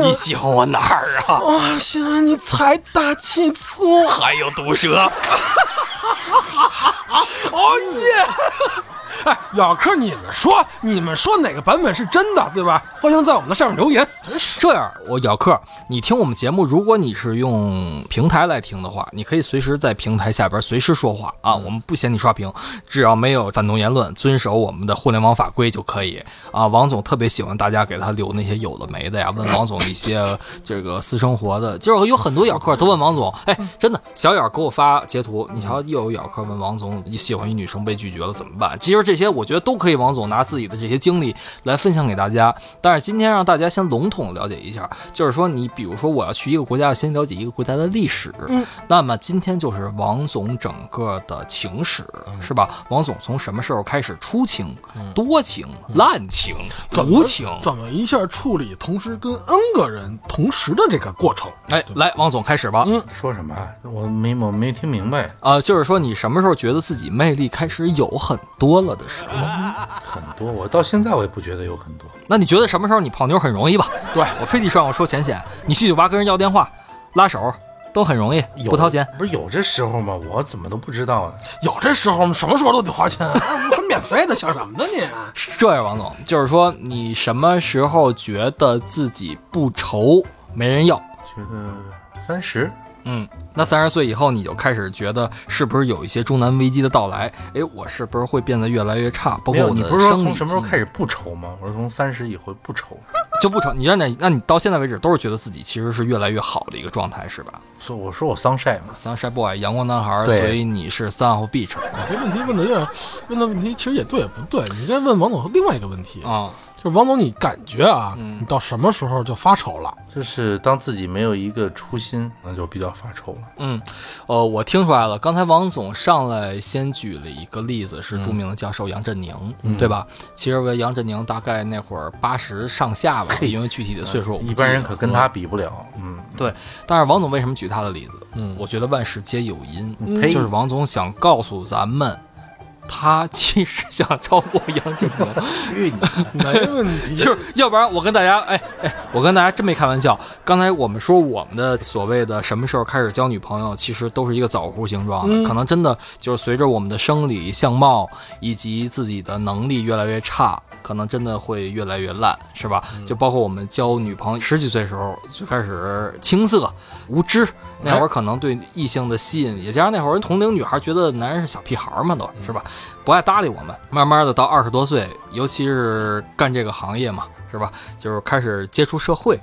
Speaker 1: 你喜欢我哪儿啊？
Speaker 3: 哇，喜欢你财大气粗。啊
Speaker 1: 还有毒蛇，
Speaker 3: 哦耶！ 哎，咬客，你们说，你们说哪个版本是真的，对吧？欢迎在我们的下面留言。
Speaker 1: 这样，我咬客，你听我们节目，如果你是用平台来听的话，你可以随时在平台下边随时说话啊，我们不嫌你刷屏，只要没有反动言论，遵守我们的互联网法规就可以啊。王总特别喜欢大家给他留那些有的没的呀，问王总一些这个私生活的，就是有很多咬客都问王总，哎，真的，小咬给我发截图，你瞧又有咬客问王总，你喜欢一女生被拒绝了怎么办？其实这些我觉得都可以，王总拿自己的这些经历来分享给大家。但是今天让大家先笼统了解一下，就是说你比如说我要去一个国家，先了解一个国家的历史，
Speaker 3: 嗯
Speaker 1: 那么今天就是王总整个的情史，
Speaker 3: 嗯
Speaker 1: 是吧？王总从什么时候开始出情、多情、滥情、
Speaker 3: 嗯怎么
Speaker 1: 无情？
Speaker 3: 怎么一下处理同时跟 N 个人同时的这个过程？
Speaker 1: 哎，来，王总开始吧。
Speaker 3: 嗯
Speaker 2: 说什么啊？我没我没听明白，
Speaker 1: 啊，就是说你什么时候觉得自己魅力开始有很多了的时候？
Speaker 2: 很多，我到现在我也不觉得有很多。
Speaker 1: 那你觉得什么时候你泡妞很容易吧？对我非得上我说浅显，你去酒吧跟人要电话、拉手都很容易，
Speaker 2: 有
Speaker 1: 不掏钱。
Speaker 2: 不是有这时候吗？我怎么都不知道呢？
Speaker 3: 有这时候吗？什么时候都得花钱、啊， 还免费的，想什么呢你？啊
Speaker 1: 是这样，王总，就是说你什么时候觉得自己不愁没人要？
Speaker 2: 觉得三十
Speaker 1: 嗯，那三十岁以后，你就开始觉得是不是有一些中年危机的到来？哎，我是不是会变得越来越差？包
Speaker 2: 没
Speaker 1: 括
Speaker 2: 有？
Speaker 1: 我
Speaker 2: 你
Speaker 1: 的
Speaker 2: 不是说
Speaker 1: 生理
Speaker 2: 从什么时候
Speaker 1: 机
Speaker 2: 开始不愁吗？我是从三十以后不愁，
Speaker 1: 就不成？你让你，那你到现在为止都是觉得自己其实是越来越好的一个状态，是吧
Speaker 2: 所以我说我桑晒嘛。
Speaker 1: ？Sunshine Boy，阳光男孩，
Speaker 2: 对
Speaker 1: 所以你是 Sun of Beach 啊、
Speaker 3: 这问题问的有点，问的问题其实也对也不对，你应该问王总另外一个问题，
Speaker 1: 嗯
Speaker 3: 就是王总，你感觉啊，你到什么时候就发愁了？
Speaker 2: 就是当自己没有一个初心，那就比较发愁了。
Speaker 1: 嗯，呃，我听出来了。刚才王总上来先举了一个例子，是著名的教授杨振宁，
Speaker 2: 嗯
Speaker 1: 对吧？其实杨振宁大概那会儿八十上下吧，因为具体的岁数我
Speaker 2: 嗯
Speaker 1: 不
Speaker 2: 一
Speaker 1: 记得
Speaker 2: 般人可跟他
Speaker 1: 了
Speaker 2: 比不了。嗯，
Speaker 1: 对。但是王总为什么举他的例子？嗯，我觉得万事皆有因，
Speaker 2: 嗯
Speaker 1: 就是王总想告诉咱们，他其实想超过杨振宁。
Speaker 2: 去你！
Speaker 3: 没问 题，
Speaker 1: 就是要不然我跟大家，哎哎，我跟大家真没开玩笑。刚才我们说我们的所谓的什么时候开始交女朋友，其实都是一个枣核形状的，可能真的就是随着我们的生理相貌以及自己的能力越来越差，可能真的会越来越烂，是吧？就包括我们交女朋友十几岁时候就开始青涩无知，那会儿可能对异性的吸引，也加上那会儿同龄女孩觉得男人是小屁孩儿嘛都，是吧？不爱搭理我们。慢慢的到二十多岁，尤其是干这个行业嘛，是吧？就是开始接触社会，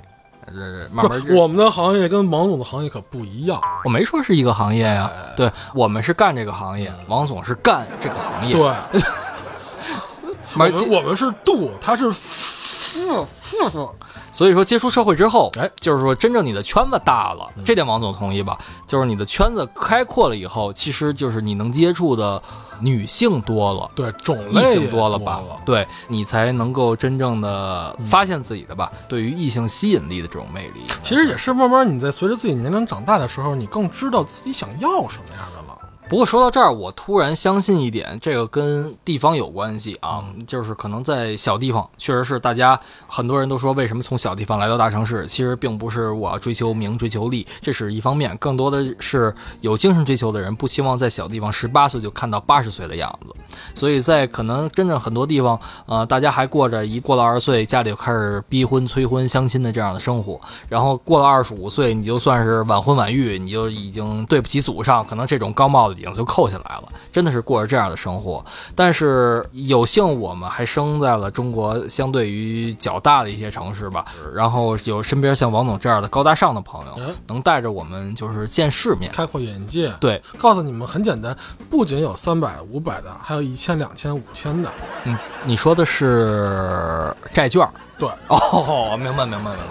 Speaker 1: 呃慢慢
Speaker 3: 不我们的行业跟王总的行业可不一样，
Speaker 1: 我没说是一个行业呀、对我们是干这个行业，王总是干这个行业，
Speaker 3: 对，，我
Speaker 1: 而
Speaker 3: 们
Speaker 1: 且
Speaker 3: 我们是度，他是负负负，
Speaker 1: 所以说接触社会之后，
Speaker 3: 哎
Speaker 1: 就是说真正你的圈子大了，这点王总同意吧？就是你的圈子开阔了以后，其实就是你能接触的女性多了。
Speaker 3: 对，种类也
Speaker 1: 异性
Speaker 3: 多嗯
Speaker 1: 多了吧？对你才能够真正的发现自己的吧，对于异性吸引力的这种魅力。
Speaker 3: 其实也是慢慢，你在随着自己年龄长大的时候，你更知道自己想要什么样的了。
Speaker 1: 不过说到这儿，我突然相信一点，这个跟地方有关系啊，
Speaker 3: 嗯
Speaker 1: 就是可能在小地方，确实是大家很多人都说，为什么从小地方来到大城市，其实并不是我要追求名、追求利，这是一方面，更多的是有精神追求的人不希望在小地方十八岁就看到八十岁的样子，所以在可能真正很多地方，呃，大家还过着一过了二十岁，家里就开始逼婚、催婚、相亲的这样的生活，然后过了二十五岁，你就算是晚婚晚育，你就已经对不起祖上，可能这种高帽子已经就扣下来了，真的是过着这样的生活。但是有幸我们还生在了中国相对于较大的一些城市吧，然后有身边像王总这样的高大上的朋友
Speaker 3: 嗯，
Speaker 1: 能带着我们就是见世面。
Speaker 3: 开阔眼界。
Speaker 1: 对，
Speaker 3: 告诉你们很简单，不仅有三百、五百的，还有一千、两千、五千的。
Speaker 1: 嗯，你说的是债券儿
Speaker 3: 对，
Speaker 1: 哦，明白明白明白明白明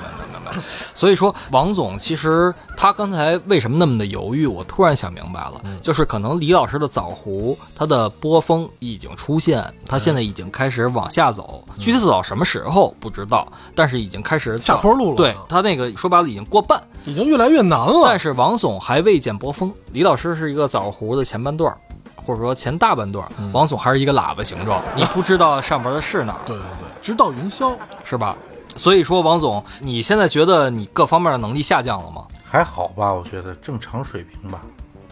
Speaker 1: 白。的。所以说，王总其实他刚才为什么那么的犹豫，我突然想明白了，
Speaker 3: 嗯
Speaker 1: 就是可能李老师的枣核它的波峰已经出现，
Speaker 3: 嗯
Speaker 1: 它现在已经开始往下走，具体走到什么时候不知道，但是已经开始
Speaker 3: 下
Speaker 1: 走
Speaker 3: 坡路了啊
Speaker 1: 对，他那个说白了已经过半，
Speaker 3: 已经越来越难了
Speaker 1: 但。是王总还未见波峰，李老师是一个枣核的前半段儿，或者说前大半段儿，
Speaker 3: 嗯
Speaker 1: 王总还是一个喇叭形状，你不知道上边的是哪儿，
Speaker 3: 对对对，直到云霄，
Speaker 1: 是吧？所以说，王总，你现在觉得你各方面的能力下降了吗？
Speaker 2: 还好吧，我觉得正常水平吧。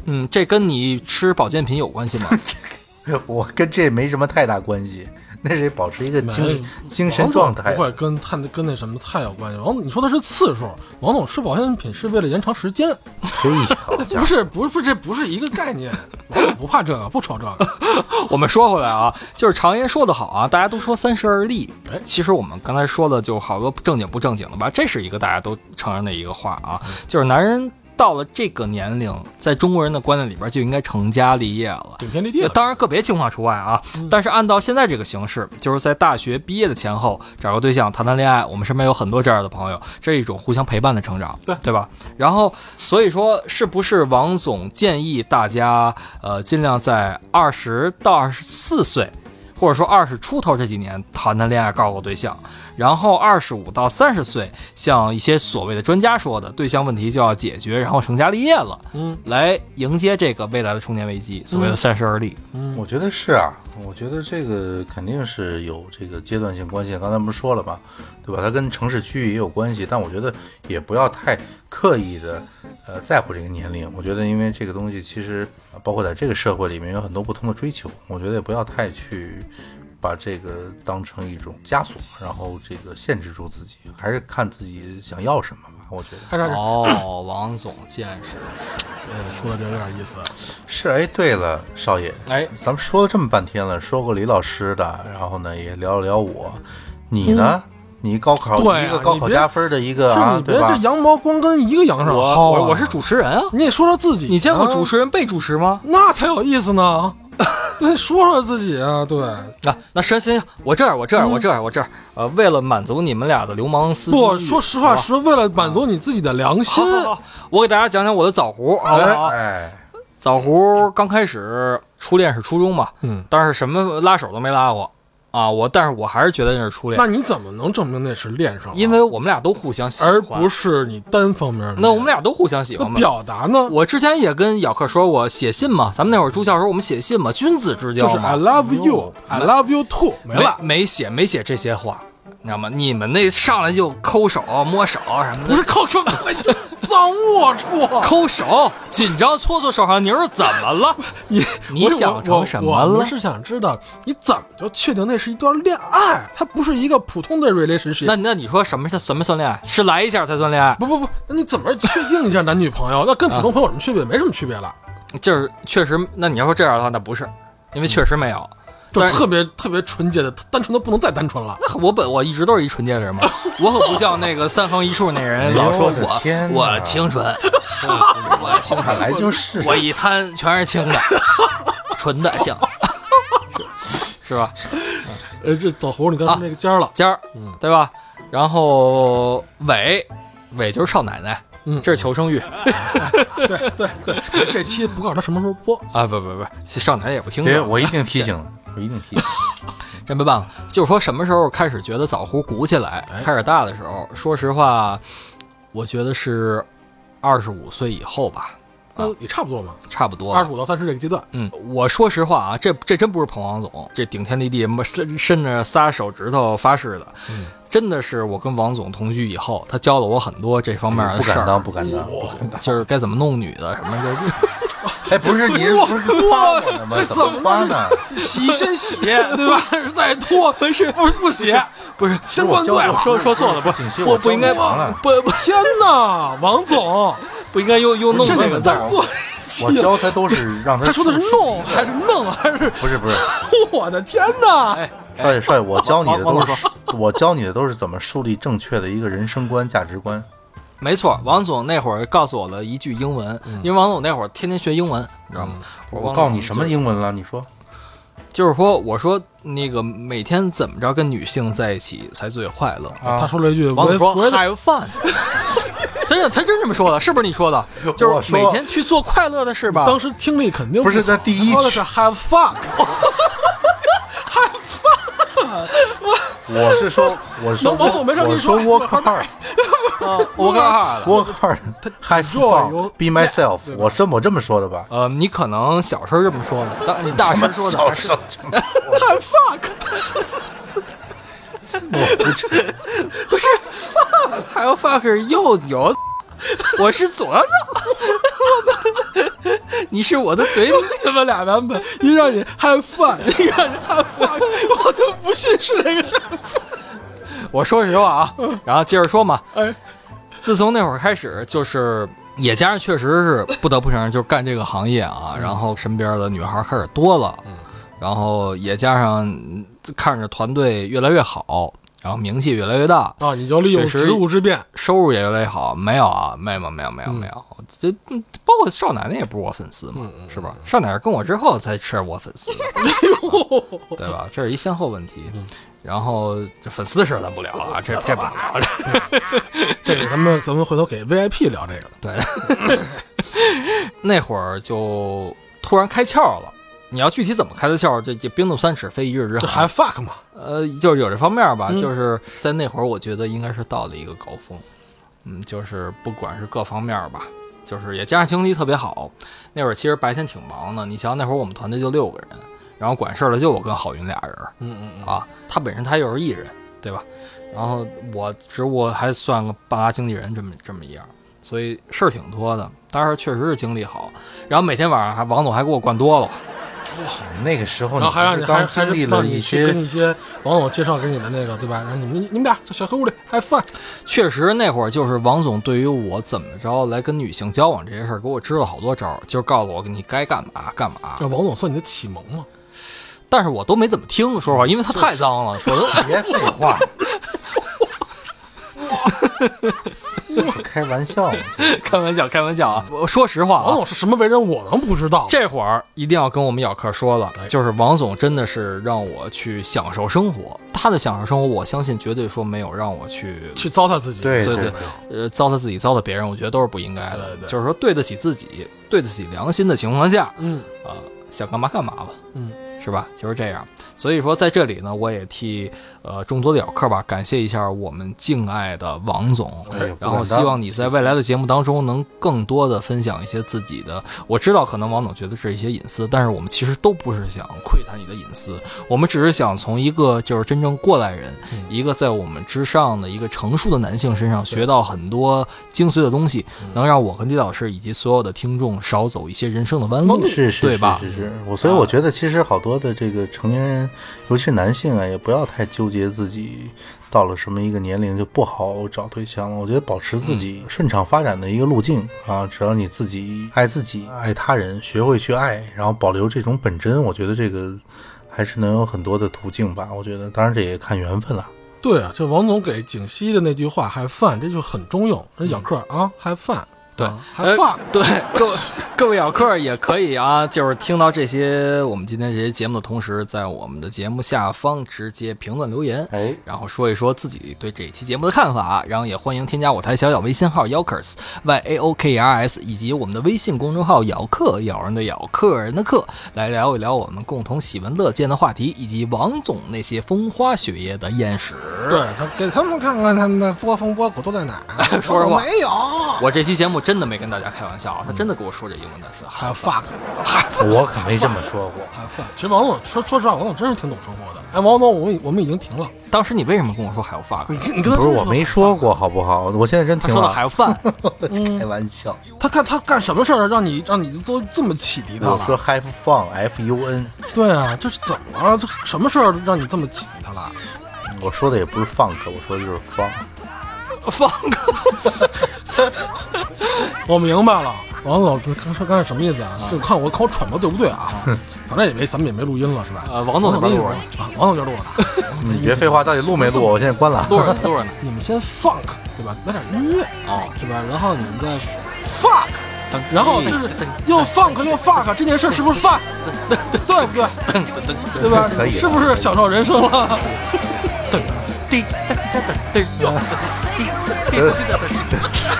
Speaker 1: 嗯，这跟你吃保健品有关系吗？
Speaker 2: 我跟这没什么太大关系，那是保持一个
Speaker 3: 没
Speaker 2: 精精神状态
Speaker 3: 王总不。会跟太跟那什么太有关系。王，你说的是次数，王总吃保健品是为了延长时间，
Speaker 2: 嘿，好家
Speaker 3: 不是不是不是这不是一个概念。王总不怕这个，不愁这个。
Speaker 1: 我们说回来啊，就是常言说得好啊，大家都说三十而立。其实我们刚才说的就好多正经不正经的吧，这是一个大家都承认的一个话啊，就是男人到了这个年龄，在中国人的观念里边就应该成家立业了。
Speaker 3: 顶天立地 了，
Speaker 1: 呃当然个别情况除外啊。
Speaker 3: 嗯
Speaker 1: 但是按照现在这个形式，就是在大学毕业的前后找个对象谈谈恋爱，我们身边有很多这样的朋友，这是一种互相陪伴的成长，
Speaker 3: 对
Speaker 1: 对吧？然后所以说，是不是王总建议大家呃尽量在二十到二十四岁？或者说二十出头这几年谈谈恋爱，搞搞对象，然后二十五到三十岁，像一些所谓的专家说的，对象问题就要解决，然后成家立业了，
Speaker 3: 嗯，
Speaker 1: 来迎接这个未来的中年危机，所谓的三十而立。
Speaker 2: 我觉得是啊，我觉得这个肯定是有这个阶段性关系。刚才不是说了吗？对吧？它跟城市区域也有关系，但我觉得也不要太刻意的呃在乎这个年龄。我觉得因为这个东西其实呃包括在这个社会里面有很多不同的追求，我觉得也不要太去。把这个当成一种枷锁，然后这个限制住自己，还是看自己想要什么吧。我觉得
Speaker 3: 开始
Speaker 1: 哦， 王总见识，
Speaker 3: 哎说的这有点意思。
Speaker 2: 是。哎，对了，少爷，
Speaker 1: 哎，
Speaker 2: 咱们说了这么半天了，说过李老师的，然后呢也聊了聊我，你呢？你高考、
Speaker 3: 对啊
Speaker 2: 一个高考加分的一个
Speaker 3: 是
Speaker 2: 啊
Speaker 3: 你，别
Speaker 2: 对吧
Speaker 3: 这？羊毛光跟一个羊上薅啊
Speaker 1: 我我我是主持人啊，啊
Speaker 3: 你得说说自己，啊
Speaker 1: 你见过主，持人被主持吗？
Speaker 3: 那才有意思呢。 对，说说自己啊，对，
Speaker 1: 啊，那行行，行我这儿我这儿我这儿我这儿，呃，为了满足你们俩的流氓私心
Speaker 3: 不
Speaker 1: 欲
Speaker 3: 说实话，
Speaker 1: 好吧
Speaker 3: 是为了满足你自己的良心
Speaker 1: 好。好好我给大家讲讲我的枣核，好不好？
Speaker 2: 哎，
Speaker 1: 枣核刚开始初恋是初中嘛，
Speaker 3: 嗯，
Speaker 1: 但是什么拉手都没拉过啊，我但是我还是觉得那是初恋
Speaker 3: 那，你怎么能证明那是恋上了？
Speaker 1: 因为我们俩都互相喜欢，
Speaker 3: 而不是你单方面的。
Speaker 1: 那我们俩都互相喜欢
Speaker 3: 那
Speaker 1: 嘛。
Speaker 3: 表达呢，
Speaker 1: 我之前也跟姚克说过写信嘛，咱们那会儿住校时候我们写信嘛，君子之交
Speaker 3: 就是
Speaker 1: 嘛
Speaker 3: I love you, I love you too，没了。
Speaker 1: 没写没写这些话，你知道吗？你们那上来就抠手摸手什么
Speaker 3: 不
Speaker 1: 的，
Speaker 3: 是靠说脏龌龊，
Speaker 1: 抠手紧张搓搓手上泥儿，怎么了？
Speaker 3: 你
Speaker 1: 你想成什么
Speaker 3: 我我我
Speaker 1: 了
Speaker 3: 们？是想知道你怎么就确定那是一段恋爱，它不是一个普通的 relationship。
Speaker 1: 那那你说什么是什么算恋爱？是来一下才算恋爱？
Speaker 3: 不不不，那你怎么确定一下男女朋友？那跟普通朋友有什么区别？没什么区别
Speaker 1: 嗯
Speaker 3: 了，
Speaker 1: 就是确实，那你要说这样的话，那不是，因为确实没有。
Speaker 3: 就
Speaker 1: 但是
Speaker 3: 特别特别纯洁的，单纯的不能再单纯了。
Speaker 1: 那我本我一直都是一纯洁的人嘛，我可不像那个三横一竖那
Speaker 2: 哎
Speaker 1: 人
Speaker 2: 呦
Speaker 1: 老说
Speaker 2: 我的
Speaker 1: 我
Speaker 2: 天哪
Speaker 1: 我清纯， 我清纯
Speaker 2: 本，来就是
Speaker 1: 我一摊全是清的，纯的清，是是吧？
Speaker 3: 呃，这枣核你
Speaker 1: 啊
Speaker 3: 刚才那个尖儿了，
Speaker 1: 尖儿，
Speaker 2: 嗯
Speaker 1: 对吧？然后尾，尾就是少奶奶，
Speaker 3: 嗯
Speaker 1: 这是求生欲
Speaker 3: 对对对，这期不告诉他什么时候播，
Speaker 1: 啊！不不不，少奶奶也不听
Speaker 2: 别，
Speaker 1: 着，
Speaker 2: 我一定提醒了，我一定提醒。
Speaker 1: 真没办法。就是说什么时候开始觉得枣核鼓起来，
Speaker 2: 哎
Speaker 1: 开始大的时候，说实话，我觉得是二十五岁以后吧，
Speaker 3: 那嗯也差不多嘛，
Speaker 1: 差不多吧
Speaker 3: 二十五到三十这个阶段。
Speaker 1: 嗯，我说实话啊，这这真不是捧王总，这顶天立地伸伸着仨手指头发誓的，真的是我跟王总同居以后，他教了我很多这方面的
Speaker 2: 嗯不
Speaker 1: 事
Speaker 2: 敢
Speaker 1: 儿，
Speaker 2: 当，不敢当。
Speaker 1: 就是该怎么弄女的，什么就是
Speaker 2: 哎，不是您不是夸我呢吗？怎么夸呢？
Speaker 1: 洗先洗，对吧？再脱不是不不洗，不是
Speaker 3: 先灌醉
Speaker 1: 我说说错了，不
Speaker 2: 不是不啊是
Speaker 1: 不不应该
Speaker 2: 我教你了
Speaker 1: 不不
Speaker 3: 天哪，王总，
Speaker 1: 不应该用用弄
Speaker 3: 这
Speaker 1: 这
Speaker 3: 你
Speaker 1: 个
Speaker 3: 们
Speaker 1: 字儿，
Speaker 3: 在做
Speaker 2: 我教他都是让他。
Speaker 3: 他说的是，弄还是弄还是？
Speaker 2: 不是不是，
Speaker 3: 我的天哪！
Speaker 1: 哎，
Speaker 2: 少爷少爷，我教你的
Speaker 1: 王
Speaker 2: 都
Speaker 1: 王老
Speaker 2: 是我教你的都是怎么树立正确的一个人生观、价值观。
Speaker 1: 没错，王总那会儿告诉我了一句英文，因为王总那会儿天天学英文，你知道吗？
Speaker 2: 我
Speaker 1: 王
Speaker 2: 告诉
Speaker 1: 总
Speaker 2: 你什么
Speaker 1: 就
Speaker 2: 英文了？你说
Speaker 1: 就是说，我说那个每天怎么着跟女性在一起才最快乐？
Speaker 3: 他说了一句
Speaker 1: 王子说
Speaker 3: with- with-
Speaker 1: “Have fun”，真的，他真这么说的，是不是你说的？就
Speaker 2: 我
Speaker 1: 是
Speaker 2: 说
Speaker 1: 每天去做快乐的事吧。
Speaker 3: 当时听力肯定
Speaker 2: 不是
Speaker 3: 好
Speaker 2: 在第一
Speaker 3: 他说的
Speaker 2: 句
Speaker 3: 是 have fuck，
Speaker 2: 我是说，我是说
Speaker 3: 能王总没事
Speaker 2: 我
Speaker 3: 你
Speaker 2: 说
Speaker 3: 说
Speaker 2: work hard，
Speaker 1: 啊我告诉你
Speaker 2: work hard，have fun,
Speaker 3: you-
Speaker 2: be myself。我这我这么说的吧？
Speaker 1: 呃，你可能小时候这么说的，当你大声说的
Speaker 2: 小
Speaker 1: 还是
Speaker 2: 声，
Speaker 3: have fuck，
Speaker 2: 我不知
Speaker 1: “Have fun” 是右有，我是左脚， 你是我的嘴里。
Speaker 3: 他们俩版本，一让你 have fun，一让你 have fuck，我就不信是这个。
Speaker 1: 我说实话啊，然后接着说嘛，
Speaker 3: 哎，
Speaker 1: 自从那会儿开始，就是也加上确实是不得不承认，就是干这个行业啊，然后身边的女孩开始多了，然后也加上嗯看着团队越来越好，然后名气越来越大，
Speaker 3: 啊，你就利用
Speaker 1: 确实
Speaker 3: 职务之便，
Speaker 1: 收入也越来越好。没有啊，没有没有没有没有，这嗯包括少奶奶也不是我粉丝嘛，是吧？少奶奶跟我之后才是我粉丝的，啊对吧？这是一先后问题。然后这粉丝的事儿咱不聊啊，这这不聊。这
Speaker 3: 这个咱们咱们回头给 VIP 聊这个
Speaker 1: 对，那会儿就突然开窍了。你要具体怎么开的窍，这这冰冻三尺非一日之
Speaker 3: 这 have
Speaker 1: 寒。
Speaker 3: fuck 嘛，
Speaker 1: 呃，就是有这方面吧，
Speaker 3: 嗯
Speaker 1: 就是在那会儿，我觉得应该是到了一个高峰。嗯，就是不管是各方面吧，就是也加上精力特别好。那会儿其实白天挺忙的，你想想那会儿我们团队就六个人，然后管事儿的就我跟郝云俩人儿。
Speaker 3: 嗯嗯嗯，
Speaker 1: 啊，他本身他又是艺人，对吧？然后我职务还算个半拉经纪人这么这么一样，所以事儿挺多的。但是确实是精力好，然后每天晚上还王总还给我灌多了，
Speaker 2: 那个时候
Speaker 3: 然后还让哦
Speaker 2: 不
Speaker 3: 你
Speaker 2: 是
Speaker 3: 还
Speaker 2: 刚
Speaker 3: 还
Speaker 2: 经历
Speaker 3: 是
Speaker 2: 了
Speaker 3: 让你
Speaker 2: 一
Speaker 3: 去跟
Speaker 2: 些
Speaker 3: 一些网友介绍给你的那个对吧？然后你们你们俩在小黑屋里 have fun，
Speaker 1: 确实那会儿就是王总对于我怎么着来跟女性交往这些事儿，给我支了好多招儿，就是告诉我你该干嘛干嘛
Speaker 3: 这。王总算你的启蒙嘛，
Speaker 1: 但是我都没怎么听，说实话，因为他太脏了，说的
Speaker 2: 别废话。这不开玩笑吗？
Speaker 1: 开玩笑开玩笑啊。我说实话啊，
Speaker 3: 王总是什么为人，我能不知道吗？
Speaker 1: 这会儿一定要跟我们咬客说了
Speaker 3: 哎，
Speaker 1: 就是王总真的是让我去享受生活，他的享受生活，我相信绝对说没有让我去
Speaker 3: 去糟蹋自己，
Speaker 2: 对
Speaker 1: 对
Speaker 2: 对，
Speaker 1: 呃糟蹋自己、糟蹋别人，我觉得都是不应该
Speaker 3: 对。
Speaker 1: 的
Speaker 3: 对
Speaker 1: 就是说对得起自己、对得起良心的情况下，
Speaker 3: 嗯
Speaker 1: 啊、想干嘛干嘛吧，
Speaker 3: 嗯，
Speaker 1: 是吧？就是这样。所以说在这里呢，我也替呃众多的咬客吧，感谢一下我们敬爱的王总。
Speaker 2: 哎呦
Speaker 1: 然后希望你在未来的节目当中能更多的分享一些自己的。我知道可能王总觉得这是一些隐私，但是我们其实都不是想窥探你的隐私，我们只是想从一个就是真正过来人，
Speaker 2: 嗯
Speaker 1: 一个在我们之上的一个成熟的男性身上学到很多精髓的东西，
Speaker 2: 嗯
Speaker 1: 能让我跟李老师以及所有的听众少走一些人生的弯路，
Speaker 2: 是是
Speaker 1: 对吧？嗯
Speaker 2: 是
Speaker 1: 啊
Speaker 2: 是是，我所以我觉得其实好多的这个成年人，尤其是男性啊，也不要太纠结自己到了什么一个年龄就不好找对象了。我觉得保持
Speaker 1: 嗯
Speaker 2: 自己顺畅发展的一个路径啊，只要你自己爱自己、爱他人，学会去爱，然后保留这种本真，我觉得这个还是能有很多的途径吧。我觉得，当然这也看缘分了。
Speaker 3: 对啊，这王总给景熙的那句话 “have fun”，这就很中用。这咬客啊，have fun，
Speaker 1: 对
Speaker 3: 啊
Speaker 1: 呃
Speaker 3: ，have fun，
Speaker 1: 对，各位各位咬客也可以啊，就是听到这些我们今天这些节目的同时，在我们的节目下方直接评论留言。
Speaker 2: 哎，
Speaker 1: 然后说一说自己对这一期节目的看法，啊然后也欢迎添加我台小小微信号 yokers y a o k r s，以及我们的微信公众号“咬客”咬人的咬客人的客，来聊一聊我们共同喜闻乐见的话题，以及王总那些风花雪月的艳史。
Speaker 3: 对他给他们看看他们的波峰波谷都在哪 儿。
Speaker 1: 说实话
Speaker 3: 王总没有
Speaker 1: 我这期节目真的没跟大家开玩笑啊，他真的跟我说这英文单词，啊还
Speaker 3: ，have fuck，have
Speaker 2: 我可没这么说 过。
Speaker 3: fun。其实王总说说实话，王总真是挺懂生活的。哎，王总，我们我们已经停了，
Speaker 1: 当时你为什么跟我说还有 fuck？
Speaker 3: 你跟你跟他
Speaker 2: 不是我没说过好不好？我现在真
Speaker 1: 他
Speaker 2: 听
Speaker 1: 说的还嗯
Speaker 2: 了，
Speaker 1: 有饭，
Speaker 2: 开玩笑。
Speaker 3: 他干他干什么事儿让你让你都这么启迪他
Speaker 2: 我说
Speaker 3: 了？
Speaker 2: have fun，f u n。
Speaker 3: 对啊，这是怎么了？这什么事儿让你这么启迪他了？
Speaker 2: 我说的也不是放克，我说的就是放。
Speaker 1: 放个
Speaker 3: 我明白了，王总，刚才刚才什么意思啊？就看我看我揣摩对不对啊？ 反正也没咱们也没录音了是吧？
Speaker 1: 呃王总那边录着呢
Speaker 3: 啊，王总这边录着呢。
Speaker 2: 你别废话，到底录没录？我现在关了。
Speaker 1: 录着呢，录着呢。
Speaker 3: 你们先 funk 对吧？来点音乐
Speaker 1: 哦
Speaker 3: 是吧？然后你们再 fuck 然后就是又 funk 又 fuck 这件事是不是 fuck？对不对？对吧？
Speaker 2: 可以了
Speaker 3: 是不是享受人生了？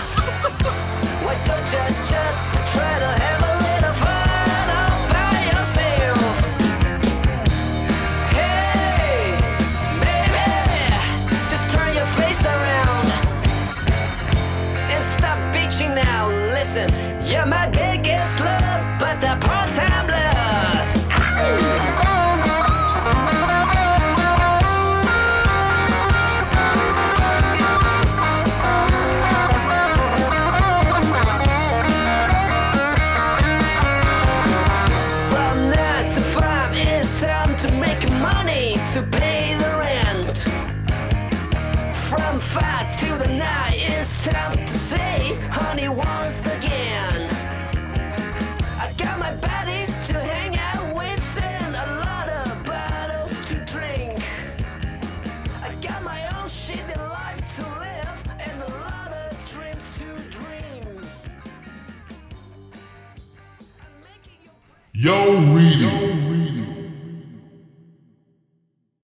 Speaker 4: Why don't you just try to have a little fun all by yourself? Hey, baby, just turn your face around and stop bitching now. Listen, you're my biggest love, but the part-time love. From nine to five, it's time to make money to pay the rent. From five to the night, it's time to say, honey, once again. I got my buddies to hang out with and a lot of bottles to drink. I got my own shit in life to live and a lot of dreams to dream. I'm making your
Speaker 5: Yo reading.